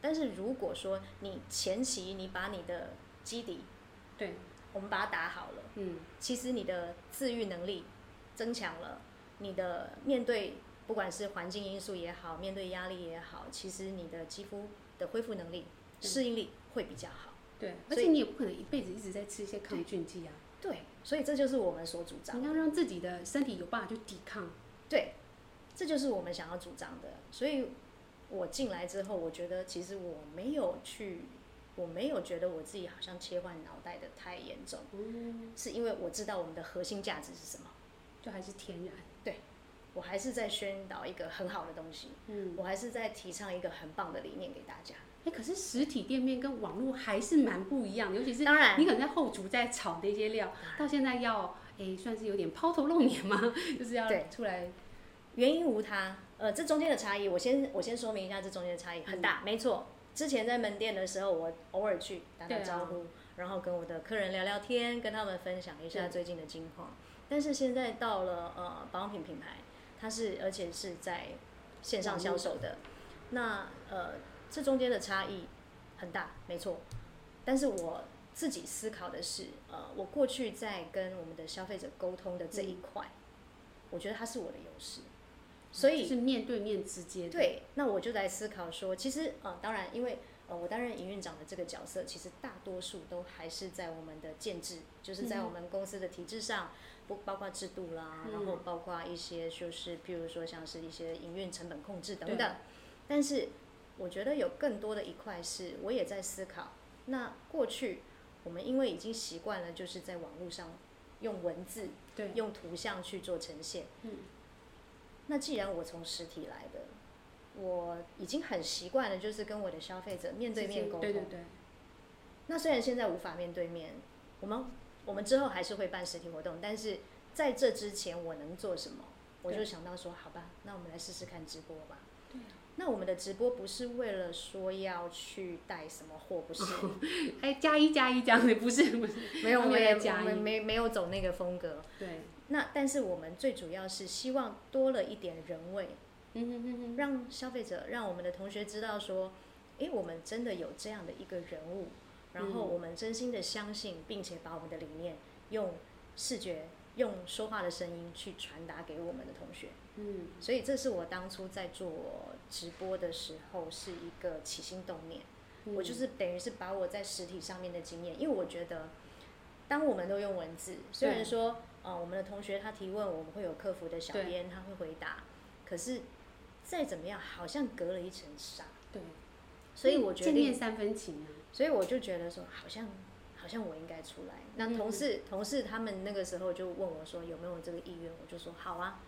但是如果说你前期你把你的基底，
对，
我们把它打好了。
嗯，
其实你的自愈能力增强了，你的面对不管是环境因素也好，面对压力也好，其实你的肌肤的恢复能力、
对
适应力会比较好。
对，而
所以
且你也不可能一辈子一直在吃一些抗菌剂啊，
对，所以这就是我们所主张
你要
的。
让自己的身体有办法去抵抗。
对，这就是我们想要主张的。所以我进来之后，我觉得其实我没有去，我没有觉得我自己好像切换脑袋的太严重，
嗯，
是因为我知道我们的核心价值是什么。
就还是天然。
我还是在宣导一个很好的东西，
嗯，
我还是在提倡一个很棒的理念给大家。
哎，可是实体店面跟网络还是蛮不一样，尤其是
当然
你可能在后厨在炒那些料，到现在要哎算是有点抛头露脸嘛， 就是要
对
出来
原因无他，呃，这中间的差异，我先我先说明一下这中间的差异很
嗯
大，没错。之前在门店的时候，我偶尔去打打
对啊
招呼，然后跟我的客人聊聊天，跟他们分享一下
对
最近的近况。但是现在到了呃保养品品牌，它是而且是在线上销售的，
嗯
那呃这中间的差异很大，没错。但是我自己思考的是，呃，我过去在跟我们的消费者沟通的这一块，我觉得它是我的优势，所
嗯
以
就是面对面直接的。
对，那我就在思考说，其实呃，当然，因为呃，我担任营运长的这个角色，其实大多数都还是在我们的建制，就是
嗯
在我们公司的体制上，不包括制度啦，然后包括一些就是，譬如说像是一些营运成本控制等等。但是我觉得有更多的一块是，我也在思考，那过去我们因为已经习惯了，就是在网络上用文字
对
用图像去做呈现。
嗯
那既然我从实体来的，我已经很习惯了，就是跟我的消费者面对面沟通。
对对对，
那虽然现在无法面对面，我们我们之后还是会办实体活动，但是在这之前我能做什么？我就想到说，好吧，那我们来试试看直播吧。
对啊
那我们的直播不是为了说要去带什么货， 不是，
哎，加一加一这样子，不是不是，
没有，
他们
我也
也加
我们
一
没没有走那个风格。
对，
那但是我们最主要是希望多了一点人味，
嗯哼哼哼，
让消费者，让我们的同学知道说，诶，我们真的有这样的一个人物，然
嗯
后我们真心的相信，并且把我们的理念用视觉、用说话的声音去传达给我们的同学。
嗯，
所以这是我当初在做直播的时候是一个起心动念，
嗯
我就是等于是把我在实体上面的经验，因为我觉得，当我们都用文字，虽然说，呃，我们的同学他提问，我们会有客服的小
对
编他会回答，可是再怎么样，好像隔了一层纱，
对，
所以我决
见面
定，
三分情啊，
所以我就觉得说，好像好像我应该出来。那同事、同事他们那个时候就问我说有没有这个意愿，我就说好啊，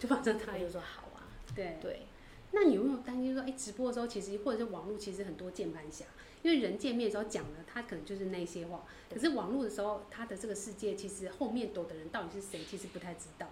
就放正
他
他一
就说好啊，
对。
对。
那你有没有担心说，哎，直播的时候其实或者是网络其实很多键盘侠，因为人见面的时候讲了，他可能就是那些话，可是网络的时候，他的这个世界其实后面躲的人到底是谁，其实不太知道。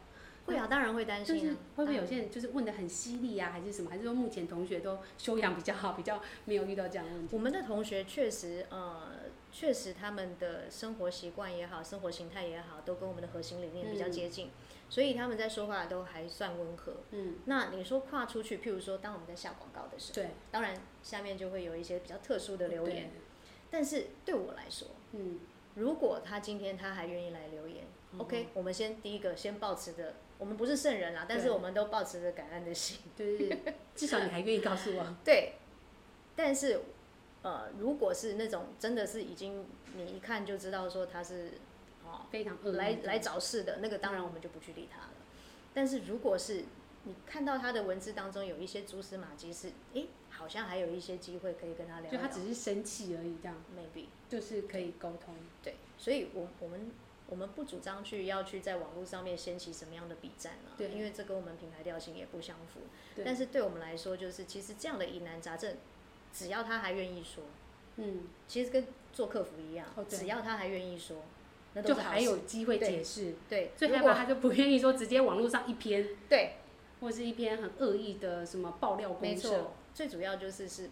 会啊，当然会担
就
心、啊。
是会不会
当然
有些人就是问的很犀利啊，还是什么？还是说目前同学都修养比较好，比较没有遇到这样的问题？
我们的同学确实，呃，确实他们的生活习惯也好，生活形态也好，都跟我们的核心理念比较接近，所以他们在说话都还算温和。
嗯，
那你说跨出去，譬如说，当我们在下广告的时候，
对，
当然下面就会有一些比较特殊的留言。但是对我来说，
对，嗯，
如果他今天他还愿意来留言、
嗯
o k 我们先第一个先保持着，我们不是圣人啦，但是
对
我们都保持着感恩的心。
就是至少你还愿意告诉我，
对，但是呃，如果是那种真的是已经你一看就知道说他是哦
非常恶意
来
的
来找事的，那个当然
嗯
我们就不去理他了。但是如果是你看到他的文字当中有一些蛛丝马迹是，诶，好像还有一些机会可以跟他聊
就
聊
他只是生气而已，这样
，maybe
就是可以沟通。
对，所以我我们。我们不主张去要去在网络上面掀起什么样的比战啊，
对
因为这跟我们品牌调性也不相符。
对，
但
是
是对我们来说，就是其实这样的疑难杂症，只要他还愿意说，
嗯，
其实跟做客服一样，
哦对
只要他还愿意说，那都
就是
好
还
事
有机会
对
解释。
对，
最害怕
如果
他就不愿意说直接网络上一篇，
对，
或是一篇很恶意的什么爆料
没
公社
错，，最主要就是是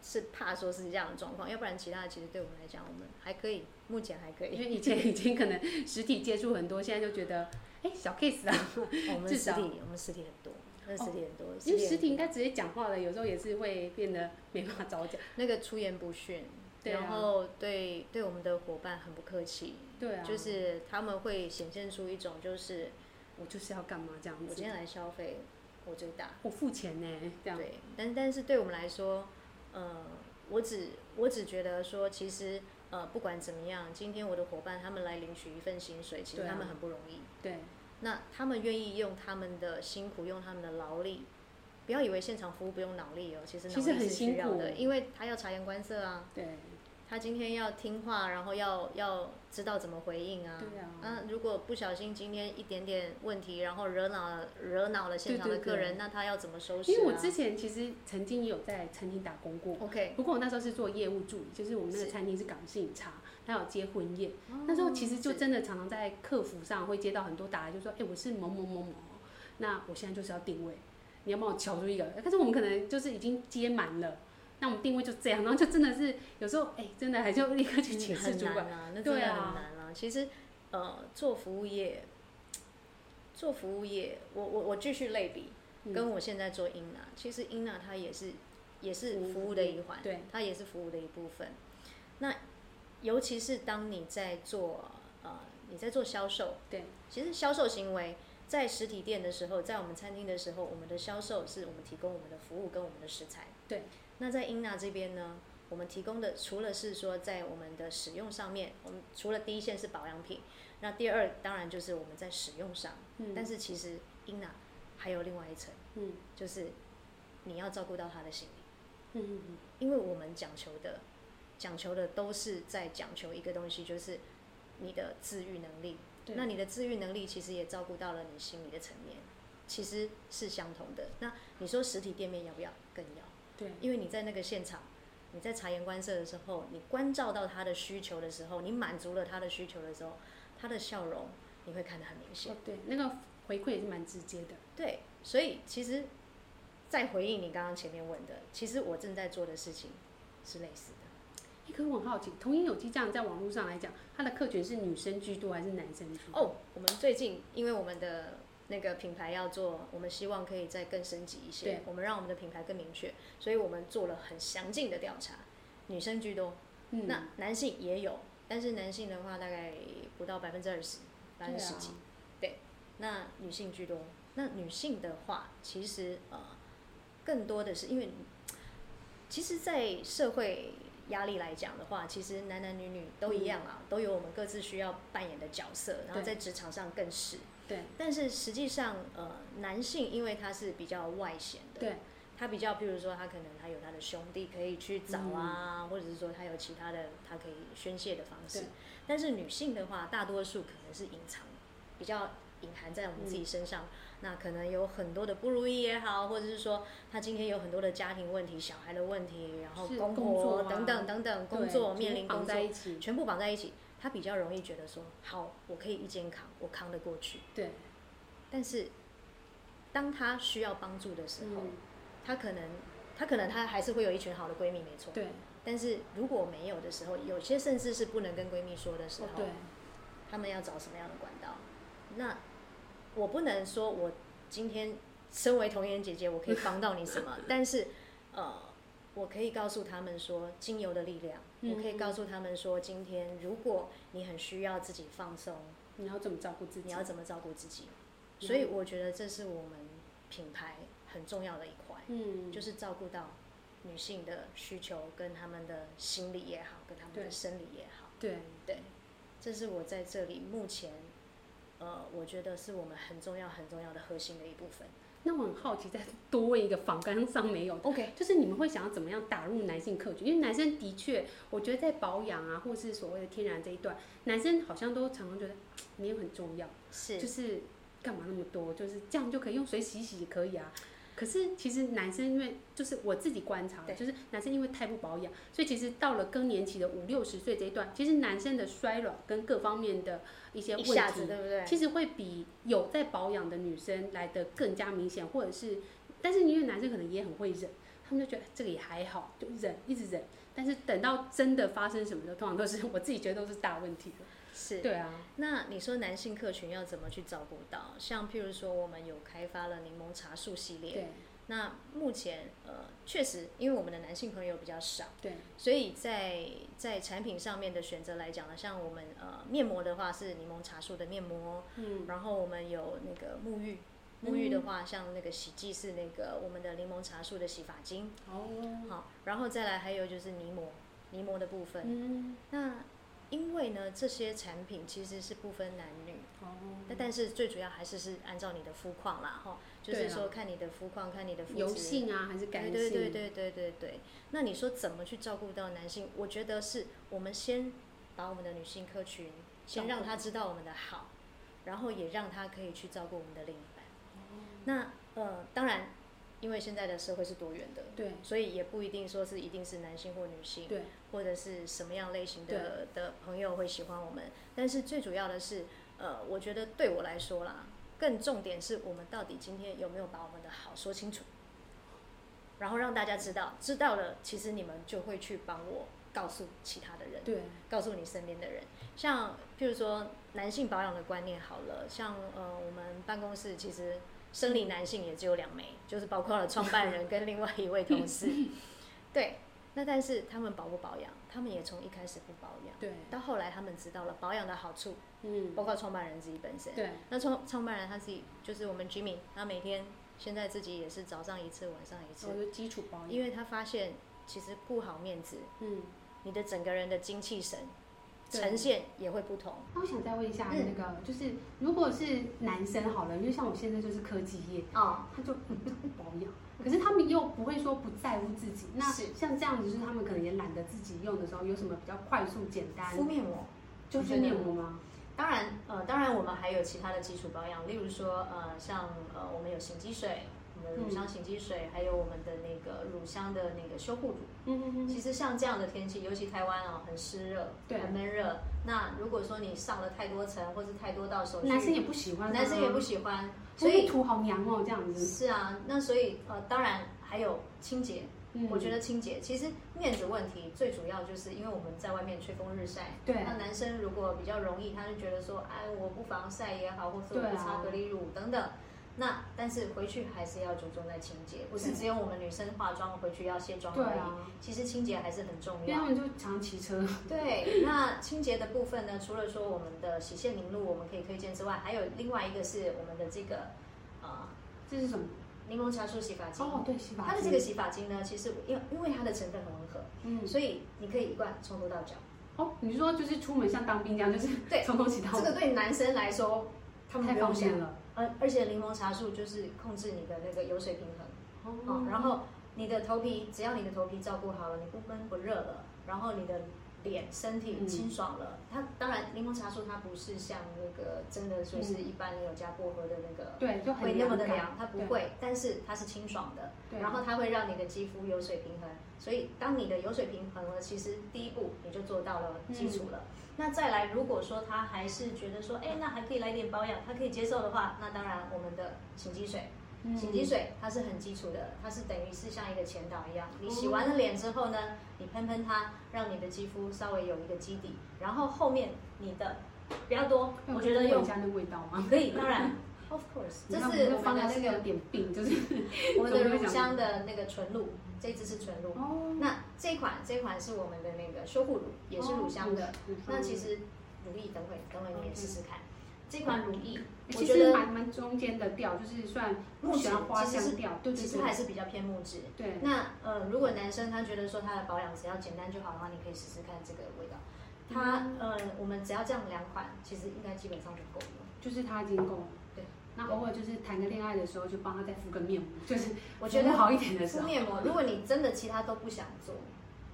是怕说是这样的状况，要不然其他的其实对我们来讲，我们还可以，目前还可
因
以，
为以前已经可能实体接触很多，现在就觉得哎小 case 啊，
哦我们
至
实
少
体我们实体很多，那实体很多，
哦因为实
很
体应
多
该直接讲话了，有时候也是会变得没办法招架。
那个出言不逊，
对啊
然后对对我们的伙伴很不客气，
对啊，
就是他们会显现出一种就是
我就是要干嘛这样
我
子
今，天来消费，我最大。
我付钱呢，这样
对，但但是对我们来说，呃，我只我只觉得说，其实呃，不管怎么样，今天我的伙伴他们来领取一份薪水，其实
对啊
他们很不容易。
对
那他们愿意用他们的辛苦，用他们的劳力，不要以为现场服务不用脑力哦，其实脑
其实
力
很
是需
辛
要的，
苦
因为他要察言观色啊，
对
他今天要听话，然后要要知道怎么回应啊。
对啊，
那如果不小心今天一点点问题，然后惹恼了惹恼了现
对
场的
对
客
对
人，那他要怎么收拾、啊？
因为我之前其实曾经也有在餐厅打工过。
OK，
不过我那时候是做业务助理，就是我们那个
是
餐厅是港式饮茶，它有接婚宴，
哦
那时候其
嗯
实就真的常常在客服上会接到很多打来，就说：“哎、我是某某某某，那我现在就是要定位，你要帮我瞧出一个。”但是我们可能就是已经接满了，那我们定位就这样，然后就真的是有时候哎、真的还就立刻去
是
请示
嗯很
主管。
难啊，那真
对
的很
啊
难啊。其实呃，做服务业，做服务业，我我我继续类比，
嗯
跟我现在做英娜，其实英娜它也是也是
服务
服务的一环，
对，
它也是服务的一部分。那尤其是当你在做呃你在做销售，
对，
其实销售行为。在实体店的时候，在我们餐厅的时候，我们的销售是我们提供我们的服务跟我们的食材。
对。
那在英娜这边呢，我们提供的除了是说在我们的使用上面，我们除了第一线是保养品，那第二当然就是我们在使用上，
嗯
但是其实英娜还有另外一层，
嗯
就是你要照顾到他的心理，
嗯嗯嗯，
因为我们讲求的讲求的都是在讲求一个东西，就是你的自愈能力。
对，
那你的自愈能力其实也照顾到了你心理的层面，其实是相同的。那你说实体店面要不要？更要，
对，
因为你在那个现场，你在察言观色的时候，你关照到他的需求的时候，你满足了他的需求的时候，他的笑容你会看得很明显。
哦对，那个回馈也是蛮直接的。
对，所以其实，再回应你刚刚前面问的，其实我正在做的事情是类似的。
哎，可是我很好奇，童颜有机这样在网络上来讲，它的客群是女生居多还是男生居多？
哦，我们最近因为我们的那个品牌要做，我们希望可以再更升级一些
对，
我们让我们的品牌更明确，所以我们做了很详尽的调查，女生居多，
嗯，
那男性也有，但是男性的话大概不到百分之二十，百分
对
之十
啊
几。那女性居多。那女性的话，其实呃，更多的是因为，其实，在社会压力来讲的话，其实男男女女都一样啊，都有我们各自需要扮演的角色，然后
嗯对
在职场上更是。
对
但是实际上，呃，男性因为他是比较外显的，
对，
他比较，譬如说他可能他有他的兄弟可以去找啊，或者是说他有其他的他可以宣泄的方
嗯
式
对。
但是女性的话，大多数可能是隐藏，比较隐含在我们
嗯
自己身上。那可能有很多的不如意也好，或者是说他今天有很多的家庭问题、小孩的问题，然后
是
公
工作
婆
啊
等等等等，工
对
作
就是
面临
绑
工作
在一起，
全部绑在一起，他比较容易觉得说，好，我可以一肩扛，我扛得过去。
对，
但是当他需要帮助的时候，
嗯，
她可能，她可能她还是会有一群好的闺蜜，没错。
对，
但是如果没有的时候，有些甚至是不能跟闺蜜说的时
哦
候，
对，
她们要找什么样的管道？那我不能说我今天身为童颜姐姐，我可以帮到你什 么，但是呃，我可以告诉他们说精油的力量，
嗯
我可以告诉他们说，今天如果你很需要自己放松，
你要怎么照顾自己？
你要怎么照顾自己？
嗯
所以我觉得这是我们品牌很重要的一块。
嗯，
就是照顾到女性的需求，跟她们的心理也好，跟她们
对
的生理也好，
对，
对，这是我在这里目前，呃，我觉得是我们很重要、很重要的核心的一部分。
那我很好奇，再多问一个仿刚上没有的，
OK，
就是你们会想要怎么样打入男性客群？因为男生的确，我觉得在保养啊，或是所谓的天然这一段，男生好像都常常觉得嘖没有很重要，
是
就是干嘛那么多，就是这样就可以用水洗一洗也可以啊。可是其实男生因为就是我自己观察的，
对
就是男生因为太不保养，所以其实到了更年期的五六十岁这一段，其实男生的衰老跟各方面的一些
一
问
下
题
子，对不对？
其实会比有在保养的女生来的更加明显，或者是，但是因为男生可能也很会忍，他们就觉得哎这个也还好，就忍一直忍。但是等到真的发生什么的时候，通常都是我自己觉得都是大问题了。
是。
对啊，
那你说男性客群要怎么去照顾到？像譬如说，我们有开发了柠檬茶树系列，
对
那目前呃，确实因为我们的男性朋友比较少。
对
所以在在产品上面的选择来讲呢，像我们呃面膜的话是柠檬茶树的面膜，
嗯，
然后我们有那个沐浴，沐浴的话像那个洗剂是那个我们的柠檬茶树的洗发精，
哦，
好，然后再来还有就是泥膜，泥膜的部分。
嗯，
那因为呢这些产品其实是不分男女，
哦，
那但是最主要还是是按照你的肤况啦，哈，就是
对啊
说看你的肤况，看你的肤质。
油性啊还是干
对
性？
对对对对对对。那你说怎么去照顾到男性？我觉得是我们先把我们的女性客群，先
照顾
让他知道我们的好，然后也让他可以去照顾我们的另一半。
哦
那呃，当然，因为现在的社会是多元的，
对
所以也不一定说是一定是男性或女性，
对
或者是什么样类型的的朋友会喜欢我们。但是最主要的是，呃，我觉得对我来说啦，更重点是我们到底今天有没有把我们的好说清楚，然后让大家知道，知道了，其实你们就会去帮我告诉其他的人。
对
告诉你身边的人。像譬如说男性保养的观念好了，像呃我们办公室其实生理男性也只有两枚，就是包括了创办人跟另外一位同事。对，那但是他们保不保养，他们也从一开始不保养，
对，
到后来他们知道了保养的好处，
嗯，
包括创办人自己本身。
对
那创创办人他自己就是我们 Jimmy，他每天现在自己也是早上一次，晚上一
我
次，
的基础保养，
因为他发现其实顾好面子，
嗯。
你的整个人的精气神
对
呈现也会不同。
那我想再问一下，那个、就是如果是男生好了，因为像我现在就是科技业，
哦，
他就嗯不保养，可是他们又不会说不在乎自己。那
是
像这样子，就是他们可能也懒得自己用的时候，有什么比较快速简单？
敷面膜，
就是面膜吗？
当然，呃，当然我们还有其他的基础保养，例如说，呃，像呃，我们有醒肌水，我们的乳香醒肌水，还有我们的那个乳香的那个修护乳。
嗯嗯嗯，
其实像这样的天气，尤其台湾哦，很湿热，
对
很闷热。那如果说你上了太多层，或是太多道手续，
男生也不喜欢啊，
嗯男生也不喜欢，
所
所
以
以
涂好娘哦，这样子。
是啊，那所以呃，当然还有清洁，
嗯，
我觉
得
得清洁其实面子问题最主要就是因为我们在外面吹风日晒，
对
那男生如果比较容易，他就觉得说，哎，我不防晒也好，或者我不
对啊
擦隔离乳等等。那但是回去还是要着重在清洁，不是只有我们女生化妆回去要卸妆
对
而已。
啊，
其实清洁还是很重
因为
要
他。们就常骑车。
对，那清洁的部分呢，除了说我们的洗线凝露我们可以推荐之外，还有另外一个是我们的这个呃
这是什么？
柠檬茶树洗发精。
哦，对，洗发
它的这
精
个，洗发精呢，其实因为因为它的成分很温和，
嗯，
所以你可以一罐从头到脚。
哦，你说就是出门像当兵这样，就是
对
从头洗到
这
尾，
个对男生来说，他们
太
不
方
用想
便。了。
而而且柠檬茶树就是控制你的那个油水平衡啊、
哦
然后你的头皮，只要你的头皮照顾好了，你不闷不热了，然后你的脸、身体
嗯
清爽了。它当然，柠檬茶树它不是像那个真的就是一般有加薄荷的那个
对，嗯就
会
很
那么
凉
的
感
凉，它不
对
会，但是它是清爽的。
对，
然后它会让你的肌肤油水平衡，所以当你的油水平衡了，其实第一步你就做到了基础了。那再来，如果说他还是觉得说，哎，那还可以来点保养，他可以接受的话，那当然我们的醒肌水，
嗯
醒肌水它是很基础的，它是等于是像一个前导一样，你洗完了脸之后呢，你喷喷它，让你的肌肤稍微有一个基底，然后后面你的不要多，
那
我觉得
有
用
一下那味道吗？
可以，当然，of course，这
那
是
那
我
方
们
疗
的
师
那
有
个
点病，就是
我们的乳香的那个纯露，这一支是纯露。
哦，
那这一款这一款是我们的那个修护乳，也是乳香的。
哦。乳香
那其实乳液等会等会你也试试看，这款乳
哦
液我
其
觉
实
得
蛮蛮中间的调，就是算不
木
喜
质
欢花
其实
香
是
调，对对
其实还
对，
是比较偏木质。
对，
那呃，如果男生他觉得说他的保养只要简单就好的话，你可以试试看这个味道。它
嗯
呃，我们只要这样两款，其实应该基本上就够了。
就是他已经够了。
对，
那偶尔就是谈个恋爱的时候，就帮他再敷个面膜，就是
我觉得
敷好一点的时
敷
候，
面膜，如果你真的其他都不想做，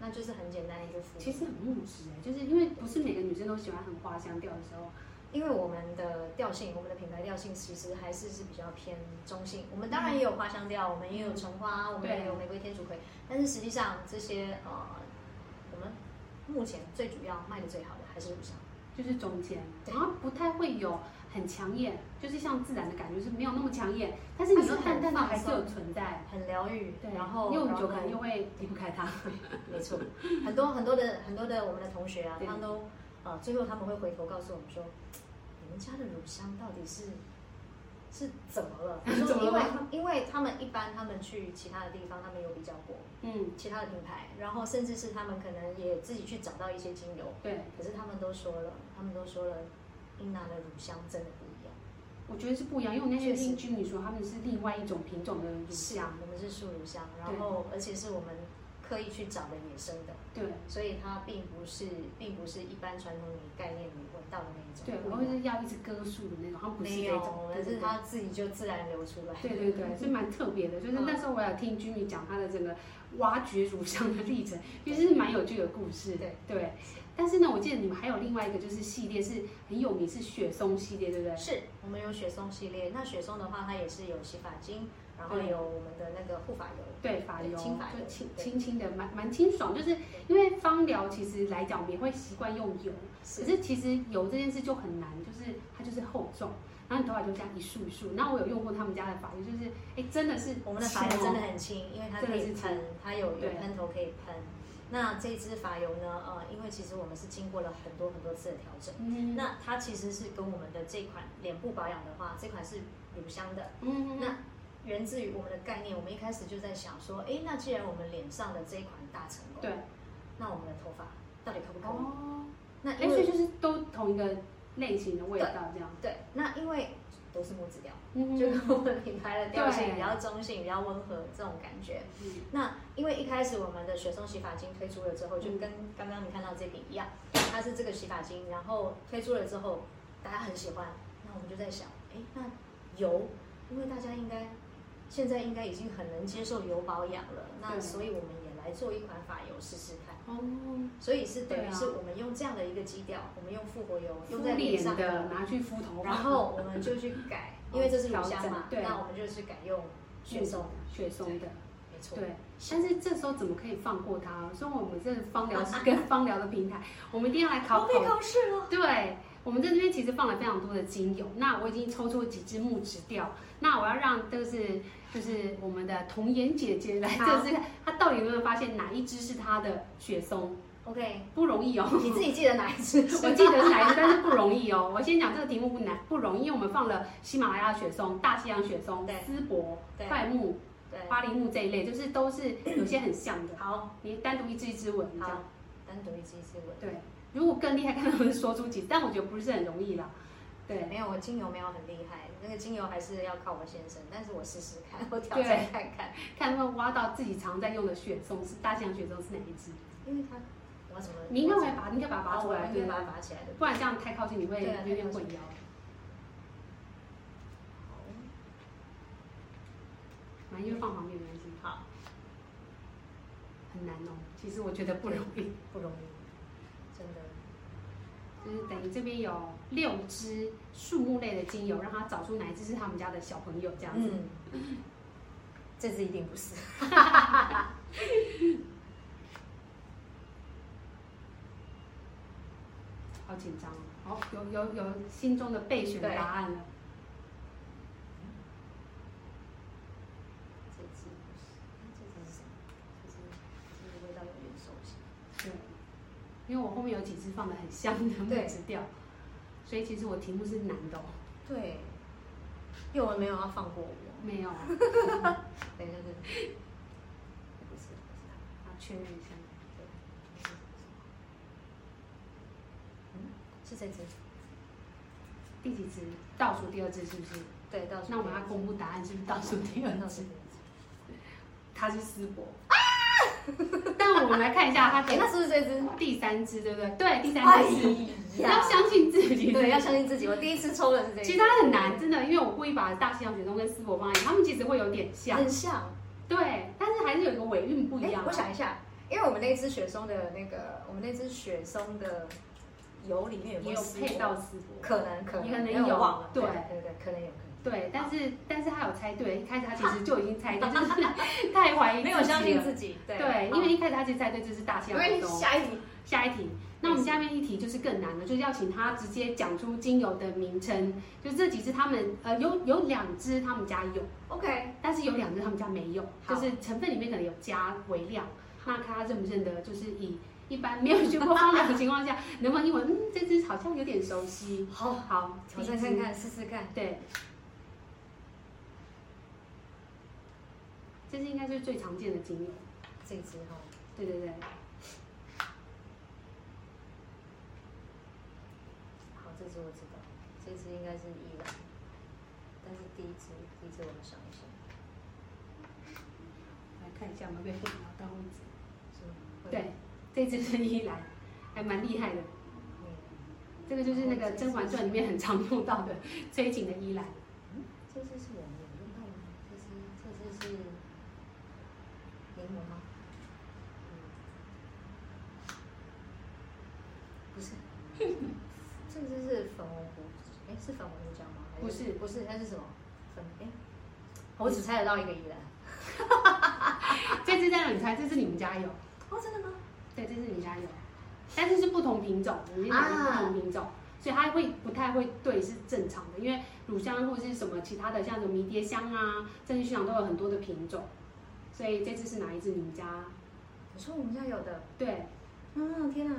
那就是很简单的一个敷。
其实很木质哎，就是因为不是每个女生都喜欢很花香调的时候，
因为我们的调性，我们的品牌调性其实还是是比较偏中性。我们当然也有花香调，我们也有橙花，我们也有玫瑰天竺葵，但是实际上这些呃，我们目前最主要卖的最好的还是乳香。
就是中间，
对
然后不太会有很抢眼，就是像自然的感觉，是没有那么抢眼，但是你又淡淡的还是有存在。
很疗愈，
对，
然后呃
又
然
久
后呃
可能又会离不开它。
没错，很多很多的很多的我们的同学啊，
对
他们都呃，最后他们会回头告诉我们说，你们家的乳香到底是是怎么了？我
怎
说
么
因为
了
因为他们一般他们去其他的地方，他们有比较过，
嗯，
其他的品牌，然后甚至是他们可能也自己去找到一些精油，
对，
可是他们都说了，他们都说了，英娜的乳香真的不一样，
我觉得是不一样，因为我那天
确实
听居民说他们是另外一种品种的乳香，
我们是树乳香，然后而且是我们刻意去找的野生的，
对
所以它并不是并不是一般传统你概念里闻到的那一种，
对，然后是要一直割树的那种，好像不是
没
那
有
种，，
而
对对对
是它自己就自然流出来，
对对对，是蛮特别的。
嗯
就是那时候我有听居民讲他的整个挖掘乳香的 历程，其实是蛮有趣的故事。
对
对，但是呢，我记得你们还有另外一个就是系列是很有名，是雪松系列，对不对？
是我们有雪松系列，那雪松的话，它也是有洗发精，然后
对
有我们的那个护发油，
对，发油
轻发油
就轻
对
轻轻的，蛮蛮清爽。就是因为芳疗其实来讲，我们也会习惯用油，可是其实油这件事就很难，就是它就是厚重，然后你头发就这样一束一束。然后我有用过他们家的发油，就是哎，真的是
我们的发油
轻
真的
哦
很轻，因为它可
真
以
的是轻
喷，它有有
对
喷头可以喷。那这支发油呢？呃，因为其实我们是经过了很多很多次的调整。
嗯
那它其实是跟我们的这款脸部保养的话，这款是乳香的，
嗯
那源自于我们的概念。我们一开始就在想说，诶，那既然我们脸上的这一款大成功，
对，
那我们的头发到底可不可以？
哦。
那
哎，
因
所以
为
就是都同一个类型的味道这样，
对，那因为都是木质调，
嗯
就跟我们品牌的调性
对
比较中性、比较温和这种感觉。
嗯
那因为一开始我们的雪松洗发精推出了之后，就
嗯
跟刚刚你看到这瓶一样，它是这个洗发精，然后推出了之后，大家很喜欢。那我们就在想，哎，那油，因为大家应该现在应该已经很能接受油保养了，那
对
所以我们也来来做一款法油试试看。
哦，
所以是等
对
于
啊
是我们用这样的一个基调，我们用复活油用
敷
在脸
脸
上，
的拿去敷头发，嗯
然后我们就去 改，因为这是乳
哦
香嘛
调整，对
那我们就是改用雪松，
雪松的，
没错。
对。但是这时候怎么可以放过它？所以我们这个芳疗 是跟芳疗的平台，我们一定要来考
我被
考。
考试了，
对，我们在这边其实放了非常多的精油，那我已经抽出几支木质调，那我要让就是就是我们的童颜姐姐来
好
测试看，她到底有没有发现哪一支是她的雪松？
OK，
不容易哦。
你自己记得哪 一支？
我记得是哪一个，但是不容易哦。我先讲这个题目不难，不容易，因为我们放了喜马拉雅雪松、大西洋雪松、
对
丝柏、
对
快木、
对，
花梨木这一类，就是都是有些很像的。
好，
你单独一支一支闻，这样
好，单独一支一支闻。
对。如果更厉害，看能不能说出几，但我觉得不是很容易啦。对，
没有，我精油没有很厉害，那个精油还是要靠我先生，但是我试试看，我挑战看看，
看会挖到自己常在用的雪松是大西洋雪松是哪一支？
因为他我要怎么？
你应该会把，你应该把它拔
拔
出
出
来，
来，
对
应
不
该
对
把？它拔起来的。
不然这样太靠近你会
对啊
有点
太靠
混
近
淆。反正就放旁边没关系。
好，
很难哦，其实我觉得不容易。
不容易，真的。
就是等于这边有六支树木类的精油，让他找出哪一支是他们家的小朋友这样子。
嗯， 这支一定不是。
好紧张哦，哦有有有心中的备选答案了。
这支不是，这支是什么？这支这支味道有点熟悉。
对，因为我后面有几支放的很像的木
对
质调，所以其实我题目是难的、哦。
对，幼文没有要放过我，
没有啊，
等一下这支，不是不是它，
要确认一下。
嗯，是这支。
第几支？倒数第二支是不是？
对，到时啊
那我们要公布答案是不是倒数第二
到时
支
候？
它是丝柏。但我们来看一下它
哎，那
的
是不是这支？
第三支，对不对？对，第
哎
三支。你要
呀，
相信自己，
对，要相信自己。我第一次抽的是这
其
一
实它很难，真的，因为我故意把大西洋雪松跟丝柏放在一起，它们其实会有点
支，
像，
很像。
对，但是还是有一个尾韵不一
哎
样啊。
我想一下，因为我们那支雪松的那个，我们那支雪松的油里面有
也
没
有
丝
配
柏
到丝柏，
可能可能
可能
因为我
有
忘了，
对
对对，可能有可
对，但是但是他有猜对，一开始他其实就已经猜对， 就是太怀疑，
能没有相信自。己，对
对，因为一开始他其实猜对这是大西
因
洋雪
为
松。
下一题
下一题，那我们下面一题就是更难了，就是要请他直接讲出精油的名称，就这几支他们呃有有两支他们家有。
，OK，
但是有两个他们家没有，
好
就是成分里面可能有加微量，那看他认不认得，就是以一般没有学过芳疗的情况下，能不能英文？嗯，这支好像有点熟悉。
好，
好，
挑战
第一
看
支。
看，试试看，
对，这支应该是最常见的精油。
这支哈，
对对对，
好，这支我知道，这支应该是依兰，但是第一支，第一支我们想一想，
来看一下有没有被混淆到位置。
是吗？会
对，，这支是依兰，还蛮厉害的。
嗯，
这个就是那个《甄嬛传》里面很常用到的催情的依兰。
这支是我们有用到的吗？这支，这支是柠檬吗？嗯，不是，这支是粉红胡，哎，是粉红胡椒吗？还
不是
不是，那是什么？粉，哎，我只猜得到一个依兰。
这支在哪里猜？这是你们家有。
哦，真的吗？
对，这是你家有，但是是不同品种，我们讲的是不同品种，所以它会不太会对是正常的，因为乳香或是什么其他的，像什么迷迭香啊、正气薰香都有很多的品种，所以这次是哪一支？你们家
你说我们家有的，
对，
嗯，天哪，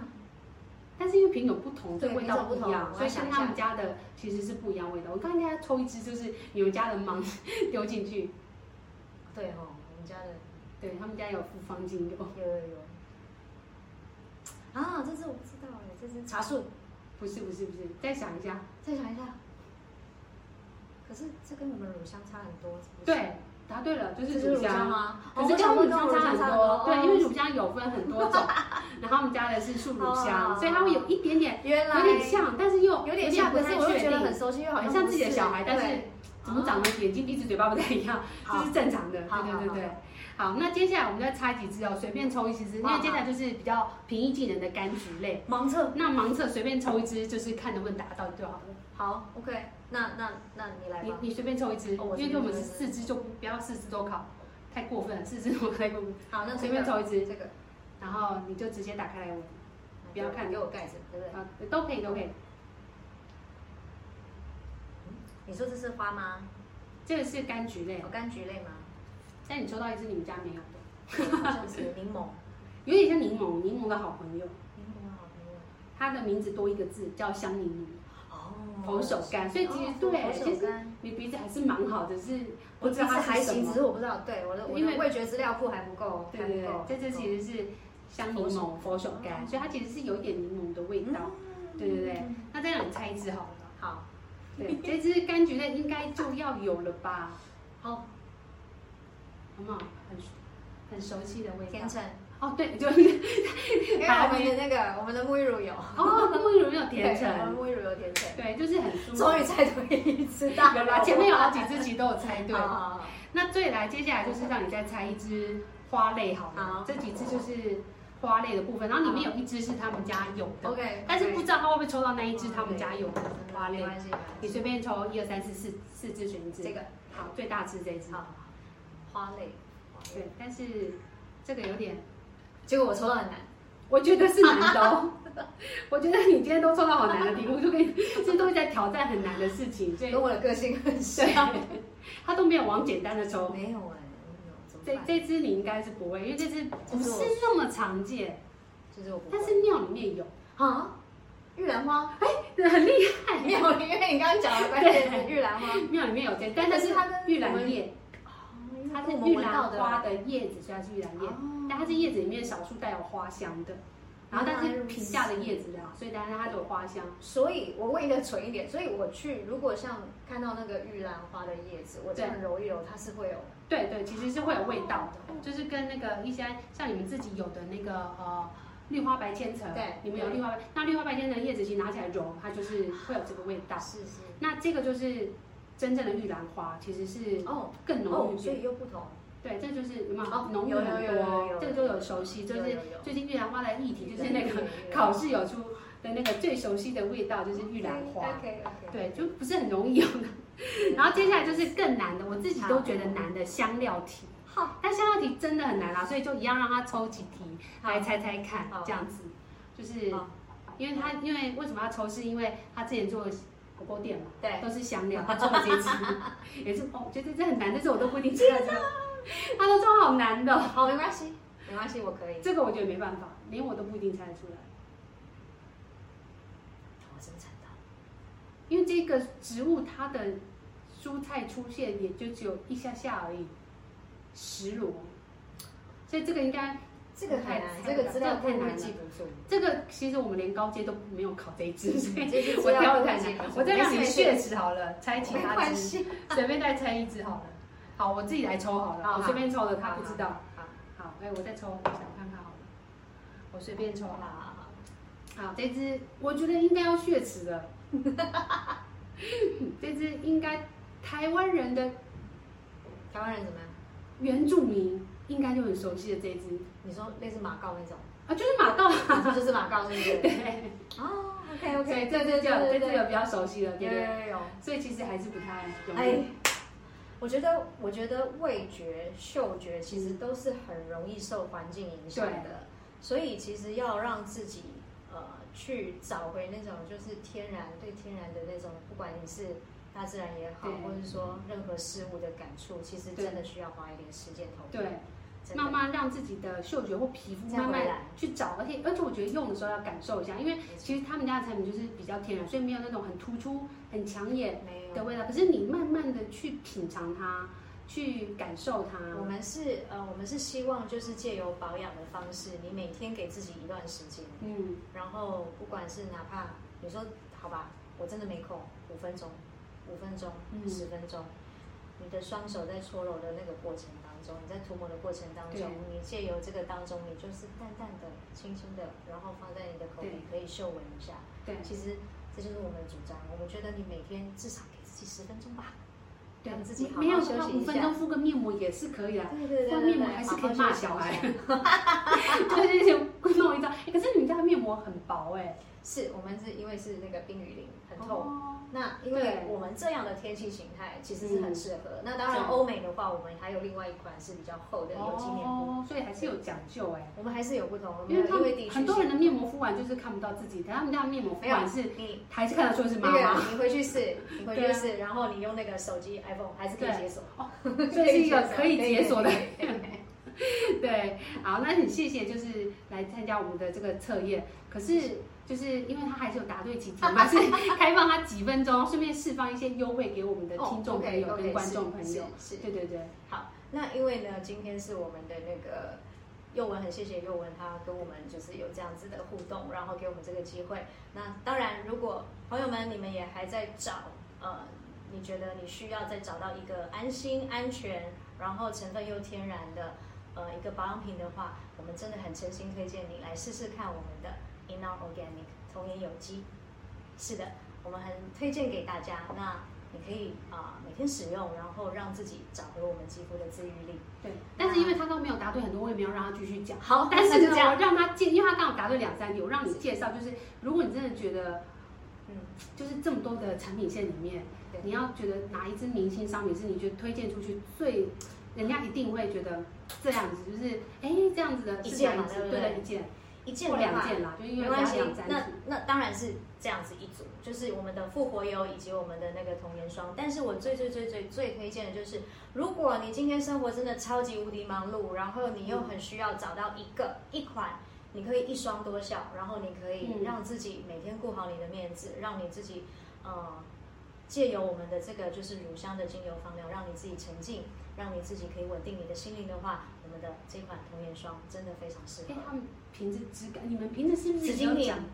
但是因为品种不同，所以
对
味道
品种不
不一样，
同
所以
我
像
要想一下
他们家的其实是不一样味道。我刚应该抽一支，就是你们家的芒 丢进去，
对哦，我们家的
对他们家有复方精油，
有有有。啊，这支我不知道哎，这支茶树，
不是不是不是，再想一下，
再想一下。可是这跟我们乳香差很多，是不是？
对，答对了，就
这
是乳香。
吗？哦
可是
我想
跟
不
乳香
到
差很多，对，因为
哦
乳香有分很多 种，然后我们家的是树乳香，
哦
所以它会有一点点
原来
有点像，但是又
有点像，
不
可是
太
我又
确
觉得很
定，
熟悉，又好
很
像
像
不
自己的
是
小孩，但是
对啊
怎么长得眼睛、鼻子、嘴巴不太一样，这
好
是正常的，对
好好
对对对。好，那接下来我们再插几支哦，随便抽一支，因为接下来就是比较平易近人的柑橘类。
盲测
那盲测随便抽一支，就是看能不能答到就好了。
好，OK，那那那你来
你
吧。
你随便抽一支，
哦我
因
随便
为我们
抽一
是
支
四支就不不要四支都考，太过分了，四支我太过分。
好，那
随便抽一支
这个
然后你就直接打开来闻，不要看
给我盖子，对不对？
啊，都可以都可以。
你说这是花吗？
这个是柑橘类
有，柑橘类吗？
但你抽到一支你们家没有的，
好像是柠檬，
有点像柠檬，柠檬的好朋友，
柠檬好柠
它的名字多一个字叫香柠檬，
檬。哦
佛手哦柑。所以其实对，
佛
其
手
实
柑。
你鼻子还是蛮好的，只是不
我
知
这
道
次
它
还
是什
行，只是
么。
我不知道，对我的我
因为
的味觉资料库还不够，
对
还
对
不
对
够，。
这支其实是香柠檬佛手柑，所以它其实是有一点柠檬的味
嗯
道。对对对，那再让你猜一支好了。
好，
对，这支柑橘类应该就要有了吧？
好，
好不好？很很熟悉的味道
天。成，
哦，对，就是
因为我们的那个我们的沐浴乳有，
哦，沐浴乳有甜
对我们
橙，
沐浴乳有甜橙，
对，就是很舒服。
终于猜对一次大
有啦，前面有好几支其实都有猜对
好。好好
那最来，接下来就是让你再猜一支花类好了
好。
这几支就是花类的部分，然后里面有一支是他们家有的，
，OK，
但是不知道他会不会抽到那一支他们家有的花
没
类。
关系，没关系
你随便抽一二三四四四支选一支，
这个
好，最大支这一支。
好，花类，
对，但是这个有点，
结果我抽到很难，
我觉得是难的哦。 我觉得你今天都抽到好难的题目，就可以， 这都是在挑战很难的事情，所以
跟我的个性很像。
对，他都没有往简单的抽。
没有哎，没有怎么
这
办？
这支你应该是不会，因为这支不是那么常见，
就是我不
但
会
是庙里面有，
啊，玉兰花，
很厉
没有，因为你刚刚讲的关键是玉 兰花，
害。庙里面有这，但
但
是
是它跟
玉兰叶，它
它
是
是
玉
玉
兰
兰
花哦
花
的叶子，所以它是玉兰叶，
哦
但它是叶子里面少数带有花香的，然后但
原来
是
如此
皮下的叶子啊，所以当然它都有花香。
所以我为了蠢一点，所以我去如果像看到那个玉兰花的叶子，我这样揉一揉，它是会有
对对，其实是会有味道的，就是跟那个一些像你们自己有的那个呃绿花白千层，
对
你们有绿花白，那绿花白千层叶子其实拿起来揉，它就是会有这个味道。
是是
那这个就是真正的玉兰花，其实是
哦
更浓
哦，
郁一
所
点。
以又不同，
对，这就是有没有
哦
浓郁
有有
很
有有
多
有，
这个就有熟悉，就
有
是
有有
最近玉兰花的议题，就是那个考试有出的那个最熟悉的味道，就是玉兰花。
OK OK，
对，就不是很容易有 的。然后接下来就是更难的，我自己都觉得难的香料题。
好，
但香料题真的很难啊啦，所以就一样让他抽几题
好
来猜猜看
好，
这样子。就是
好
因为他因为为什么要抽，是因为他之前做火锅店嘛，
对
都是香料，他做了 这支，也是哦，我觉得这很难，但是我都不一定知道这个。他都说好难的，哦
好没关系没关系，我可以，
这个我觉得没办法，连我都不一定猜得出来，
我真惨到，
因为这个植物它的蔬菜出现也就只有一下下而已，石螺，所以这个应该
这个太难，这个资料太难记不住，
这个其实我们连高阶都没有考这 一支，所以
这是
啊我挑的太难。我再让你血池好了，猜其
没
他
关
支，
系，
随便再猜一支好了。好，我自己来抽好了，
好
我随便抽的，他
好
不知道。
好
好，哎，我再抽，我想看看好了，我随便抽啊
好
啦。
好
好，这支我觉得应该要血池 的，这支应该台湾人的
台湾人怎么样？
原住民应该就很熟悉的这支
你说类似马告那种，
啊，就是马道。
就是马告是不是？
对，
哦，OK
所以
OK，
这支就这支有比较熟悉的，对
有
不对？
有有。
所以其实还是不太容易。
哎，我觉得，我觉得味觉、嗅觉其实都是很容易受环境影响的，所以其实要让自己呃去找回那种就是天然对天然的那种，不管你是大自然也好
对，
或者说任何事物的感触，其实
对
真的需要花一点时间投入，
对，
真的
慢慢让自己的嗅觉或皮肤
再
慢
回
慢
来
去找，而且而且我觉得用的时候要感受一下，因为
没错
其实他们家的产品就是比较天然，所以没有那种很突出、很抢眼
没
的
有。
味道。可是你慢慢的去品尝它，去感受
我
它，
们是呃，我们是希望就是借由保养的方式，你每天给自己一段时间，
嗯，
然后不管是哪怕你说好吧，我真的没空，五分钟，五分钟
嗯，
十分钟，你的双手在搓揉的那个过程当中，你在涂抹的过程当
对
中，你借由这个当中，你就是淡淡的、轻轻的，然后放在你的口
对
里可以嗅闻一下。
对，
其实这就是我们的主张，我们觉得你每天至少给自己十分钟吧，让自己好
没
好
有
休
他
息
五
一
分
下
钟。敷个面膜也是可以啊。
对对对对
敷
对
面膜
对
还是
好
可以
好
骂
休息
小
一
孩
下
对对对，观众一张。哎可是你们家的面膜很薄哎、
是我们是因为是那个冰雨林，很透。
哦
那因
对嗯
为我们这样的天气形态其实是很适合。那当
是
然，欧美的话，我们还有另外一款是比较厚的有机面膜。
哦，所以还是有讲究哎、
我们还是有不同，我们
因为他
因为
们
地区
很多人的
性
面膜敷完就是看不到自己，但他们家的面膜敷
没有啊
完是
你
还是看得出是妈
那
妈，
个你回去试，你回
对
去
啊
试，然后你用那个手机 iPhone 还是可以
对
解锁，
所以是一个可以解锁的。
可以可以可以可以
对，好，那很谢谢，就是来参加我们的这个测验。可是就是因为他还是有答对几题 嘛，是开放他几分钟，顺便释放一些优惠给我们的
哦
听众朋友
OK，OK，
跟观
是
众朋友。
是是
对对对，
好，那因为呢，今天是我们的那个佑文，很谢谢佑文，他跟我们就是有这样子的互动，然后给我们这个机会。那当然，如果朋友们你们也还在找，呃，你觉得你需要再找到一个安心、安全，然后成分又天然的，呃，一个保养品的话，我们真的很诚心推荐你来试试看我们的 Inor Organic 童颜有机。是的，我们很推荐给大家。那你可以啊、每天使用，然后让自己找回我们肌肤的自愈力。
对，但是因为他都没有答对很多，我也没有让他继续讲。
好，
但是
那
呢，
就哦这样
我。让他介，因为他刚好答对两三题，我让你介绍，就是如果你真的觉得，嗯
嗯，
就是这么多的产品线里面
对，
你要觉得哪一支明星商品是你觉得推荐出去最，人家一定会觉得这样子，就是哎这样子的
一
是
件
哪
嘛
支
对不
对
对
的一件
一件
或
的
两
话，
件啦，就因为
没
两
关系
两。三
那
组，
那当然是这样子一组，就是我们的复活油以及我们的那个童颜霜。但是我最最最最最推荐的就是，如果你今天生活真的超级无敌忙碌，然后你又很需要找到一个一款。你可以一霜多效，然后你可
嗯
以让自己每天顾好你的面子，让你自己，呃，借由我们的这个就是乳香的精油芳疗，让你自己沉静，让你自己可以稳定你的心灵的话，我们的这款童颜霜真的非常适合
哎。他们瓶子质感，你们瓶子是不是
紫
也有
金
讲
领？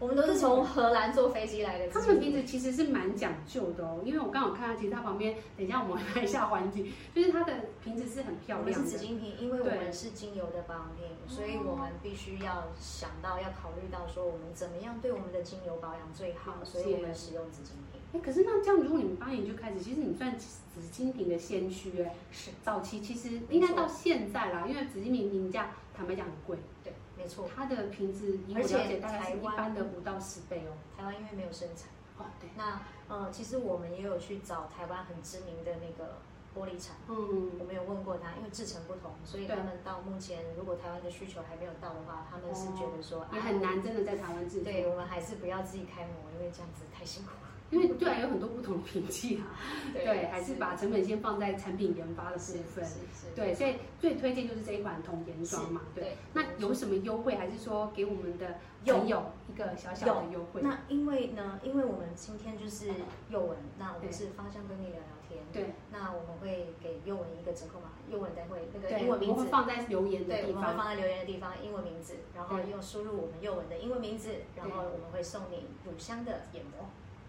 我们都是从荷兰坐飞机来的。
他
自
们
己
瓶子其实是蛮讲究的哦，因为我刚好看到，其实它旁边，等一下我们拍一下环境，就是它的瓶子是很漂
我
亮
们
的。
是紫金瓶，因为我
对
们是精油的保养品，所以我们必须要想到要考虑到说我们怎么样对我们的精油保养最好
了，解
所以我们使用紫金瓶。
哎，可是那这样，如果你们八年就开始，其实你算紫金瓶的先驱哎。
是
早期其实
错
应该到现在啦，因为紫金瓶评价坦白讲很贵，
对，没错。
它的瓶子以我了
而且
解大概是
台
一
湾
般的五到十倍哦。
台湾因为没有生产，
哦，对，
那呃，其实我们也有去找台湾很知名的那个玻璃厂。
嗯，
我们有问过他，因为制成不同，所以
对
他们到目前如果台湾的需求还没有到的话，他们是觉得说，
哦也
啊
很难真的在台湾制作，
对我们还是不要自己开模，因为这样子太辛苦了。
因为对啊，有很多不同的瓶器啊，对，还是把成本先放在产品研发的部
是
分。
是是
对，所以最推荐就是这一款童颜霜嘛，
是
对。
对，
那有什么优惠，还是说给我们的
有
朋友一个小小的优惠？
那因为呢，因为我们今天就是幼文，那我
对
们是芳香跟你聊聊天，
对，
那我们会给幼文一个折扣码，幼文待会那个
对，
英
我
文名
们
字
会，放在留言的
对，
地
我们会
方。
放在留言的地方英文名字，然后
对
用输入我们幼文的英文名字，然后我们会送你乳香的眼膜，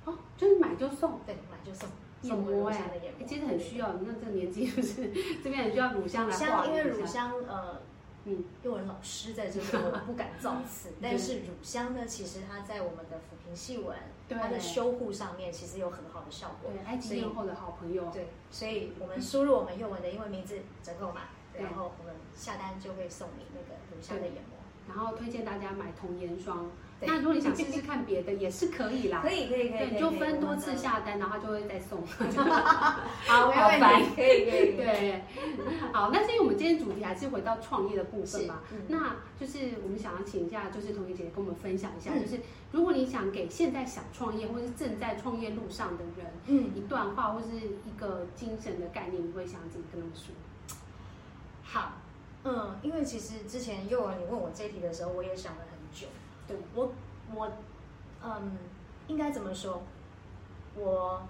哦，就是买就送。
对，买就送
眼
送我乳
膜哎、
香的眼
哎
膜，
其实很需要。那这个年纪就是 这边很需要乳香
乳
来化
香，因为
疗
乳
一下。
香呃，
嗯，
嗯，幼文老师在这边我不敢造次 但是乳香呢，其实它在我们的抚平细纹、
对
它的修护上面，其实有很好的效果。
对，埃及艳后的好朋友。
对，所以我们输入我们幼文的英文名字折扣码，
对
然后我们下单就会送你那个乳香的眼膜。
然后推荐大家买童颜霜。
对
那如果你想试试看别的，也是可以啦
可。以可以可以，
对，
可
你
以
就分多
可
次
以
下单，然后它就会再送。
好，
好
没
烦
问题，可以可以。可以，
对，好，那所以我们今天主题还是回到创业的部分
是
嘛。
嗯
那就是我们想要请一下，就是童怡姐跟我们分享一下，
嗯
就是如果你想给现在想创业或是正在创业路上的人
嗯，
一段话或是一个精神的概念，你会想怎么跟他们说？
好，嗯，因为其实之前幼儿你问我这一题的时候，我也想了很久。
对，
我我嗯，应该怎么说？我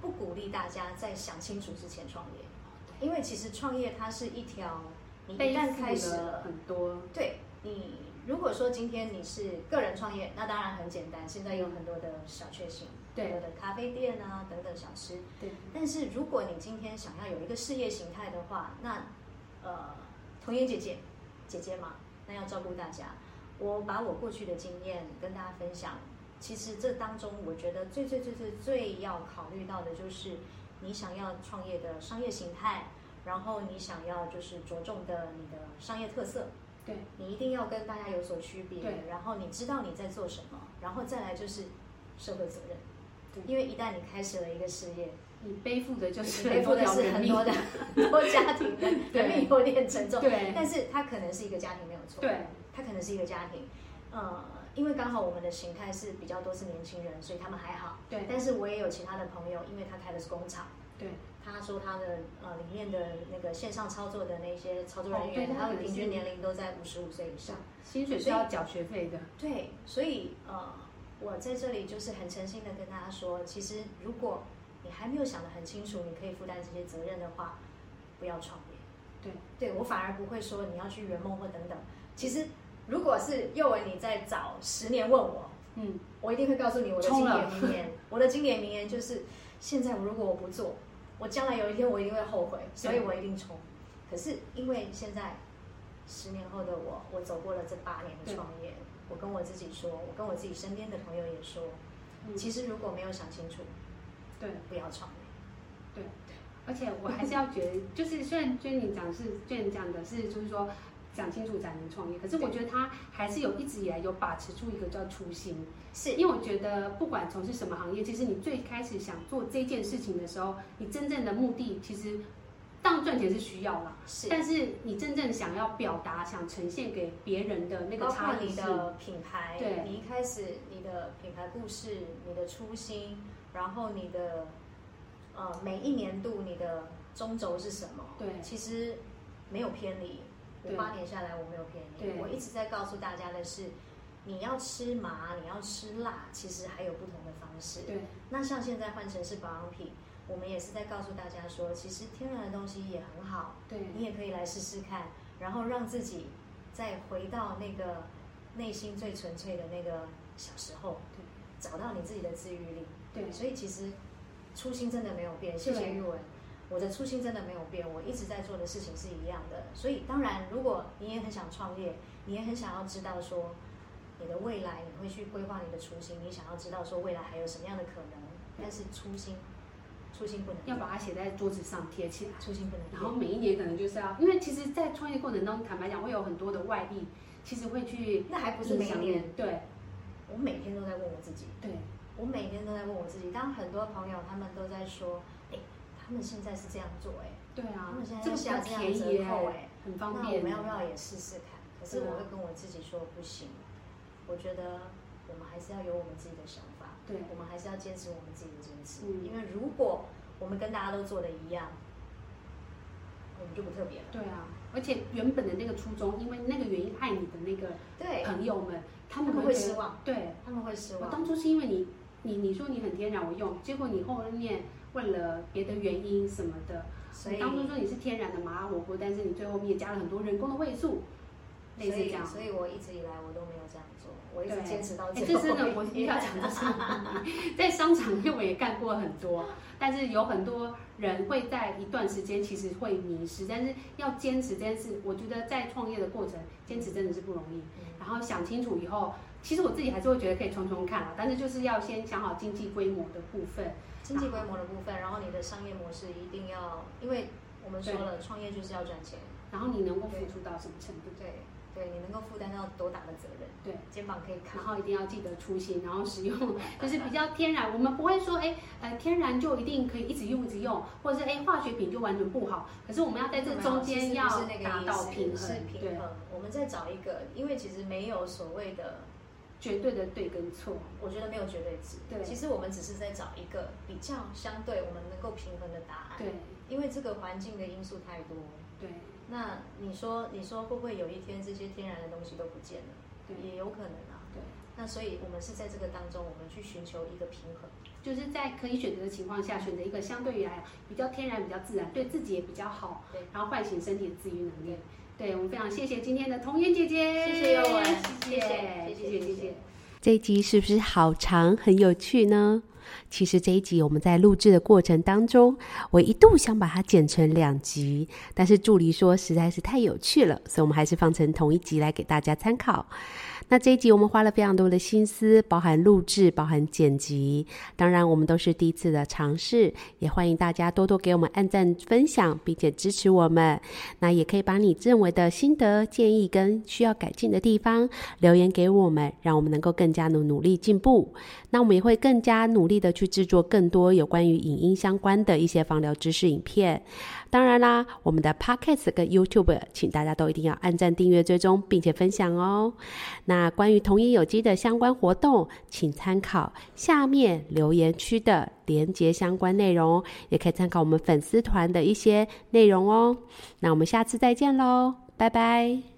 不鼓励大家在想清楚之前创业，因为其实创业它是一条你
背
一旦开
负
始
了
了，
很多，
对你如果说今天你是个人创业，那当然很简单，现在有很多的小确幸，
对
很多的咖啡店啊等等小吃，
对，
但是如果你今天想要有一个事业形态的话，那呃，童颜姐姐，姐姐嘛，那要照顾大家。我把我过去的经验跟大家分享。其实这当中，我觉得最最最最最要考虑到的就是你想要创业的商业形态，然后你想要就是着重的你的商业特色，
对，
你一定要跟大家有所区别
对，
然后你知道你在做什么，然后再来就是社会责任
对，
因为一旦你开始了一个事业，
你背负的就是
背负的是很多
的，
的 很多家庭的，
对
难免有点沉重，
对
但是它可能是一个家庭没有错，
对，
它可能是一个家庭，呃，因为刚好我们的形态是比较多是年轻人，所以他们还好。
对
但是我也有其他的朋友，因为他开的是工厂，
对，
他说他的呃里面的那个线上操作的那些操作人
哦对
员，
他
他的
可能
平均
是
年龄都在五十五岁以上。
薪水是要缴学费的，
对，所以呃，我在这里就是很诚心的跟大家说，其实如果你还没有想得很清楚，你可以负担这些责任的话，不要创业。
对，
对我反而不会说你要去圆梦或等等。其实如果是幼文你在早十年问我，
嗯，
我一定会告诉你我的经
冲
典
了
名言。我的经典名言就是：现在我如果我不做，我将来有一天我一定会后悔，所以我一定冲。可是因为现在十年后的我，我走过了这八年的
对
创业，我跟我自己说，我跟我自己身边的朋友也说，
嗯
其实如果没有想清楚，
对。
不要创业。
而且我还是要觉得，就是虽然娟你讲是娟你讲的是，就是说讲清楚才能创业，可是我觉得他还是有一直以来有把持住一个叫初心，
是
因为我觉得不管从事什么行业，其实你最开始想做这件事情的时候，你真正的目的其实当然赚钱是需要啦，
是，
但是你真正想要表达、想呈现给别人的那个
包括
差异
你
是，
的品牌，
对
你一开始你的品牌故事、你的初心，然后你的呃每一年度你的中轴是什么？
对
其实没有偏离。我
对
八年下来我没有偏离，
对
我一直在告诉大家的是，你要吃麻，你要吃辣，其实还有不同的方式。
对
那像现在换成是保养品，我们也是在告诉大家说，其实天然的东西也很好，
对
你也可以来试试看，然后让自己再回到那个内心最纯粹的那个小时候
对，
找到你自己的自愈力。
对
所以其实初心真的没有变。谢谢
对
玉文，我的初心真的没有变，我一直在做的事情是一样的。所以当然，如果你也很想创业，你也很想要知道说你的未来，你会去规划你的初心，你想要知道说未来还有什么样的可能，但是初心，初心不能
要
变
把它写在桌子上贴起来。
初心不能
然后
变。
每一年可能就是要，因为其实，在创业过程当中，坦白讲会有很多的外力，其实会去
那还不是每
影响
年
你，对
我每天都在问我自己，
对
我每天都在问我自己。当很多朋友他们都在说，哎、他们现在是这样做、哎，
对
他
啊
们现，在
这个比较
下这样
便宜
折扣
耶
哎，
很
那
方
我
便。
们要不要也试试看？可是
对啊
我会跟我自己说不行，我觉得我们还是要有我们自己的想法，
对
我们还是要坚持我们自己的坚持，
嗯
因为如果我们跟大家都做的一样，我们就不特别了。
对啊，而且原本的那个初衷，因为那个原因爱你的那个
对，
朋友们，他
他
们
们
会
会
觉
失
得，
望，
对
他们会失
我
望。
当初是因为你，你你说你很天然，我用，结果你后面为了别的原因什么的，
所
你
以
当初说你是天然的麻辣火锅，但是你最后面加了很多人工的味素，类
所
似这
以
样。
所以我一直以来我都没有这样做，我一直
对
坚持到
哎
最后
这
一天。
真的，我必须要讲的是， 在商场业我也干过很多，但是有很多人会在一段时间其实会迷失，但是要坚持这件事，我觉得在创业的过程，坚持真的是不容易。
嗯
然后想清楚以后，其实我自己还是会觉得可以冲冲看啊，但是就是要先想好经济规模的部分。
经济规模的部分，然后你的商业模式一定要，因为我们说了，创业就是要赚钱，
然后你能够付出到什么程度？
对对，你能够负担到多大的责任，
对，
肩膀可以扛
然。后一定要记得初心，然后使用就是比较天然，我们不会说哎呃天然就一定可以一直用一直用，或者是哎化学品就完全不好。可是我们要在这中间要
其实不是那个
达
意
到
思
平衡
是，
对
平，衡。我们再找一个，因为其实没有所谓的，
绝对的对跟错，
我觉得没有绝对值。
对
其实我们只是在找一个比较相对我们能够平衡的答案。
对
因为这个环境的因素太多。
对
那你说，你说会不会有一天这些天然的东西都不见了？
对
也有可能啊。
对，
那所以我们是在这个当中，我们去寻求一个平衡。
就是在可以选择的情况下，选择一个相对于来比较天然、比较自然，对自己也比较好
对，
然后唤醒身体的自愈能力。对我们非常谢谢今天的童颜姐姐，
谢谢佑文
谢
谢谢谢
谢谢
谢
谢
谢谢
谢。
这一集是不是好长很有趣呢？其实这一集我们在录制的过程当中，我一度想把它剪成两集，但是助理说实在是太有趣了，所以我们还是放成同一集来给大家参考。那这一集我们花了非常多的心思，包含录制，包含剪辑，当然我们都是第一次的尝试，也欢迎大家多多给我们按赞、分享，并且支持我们。那也可以把你认为的心得、建议跟需要改进的地方留言给我们，让我们能够更加的努力进步。那我们也会更加努力的去制作更多有关于影音相关的一些防疗知识影片。当然啦，我们的 Podcast 跟 YouTube，请大家都一定要按赞、订阅、追踪，并且分享哦。那关于同音有机的相关活动，请参考下面留言区的连接相关内容，也可以参考我们粉丝团的一些内容哦。那我们下次再见喽，拜拜。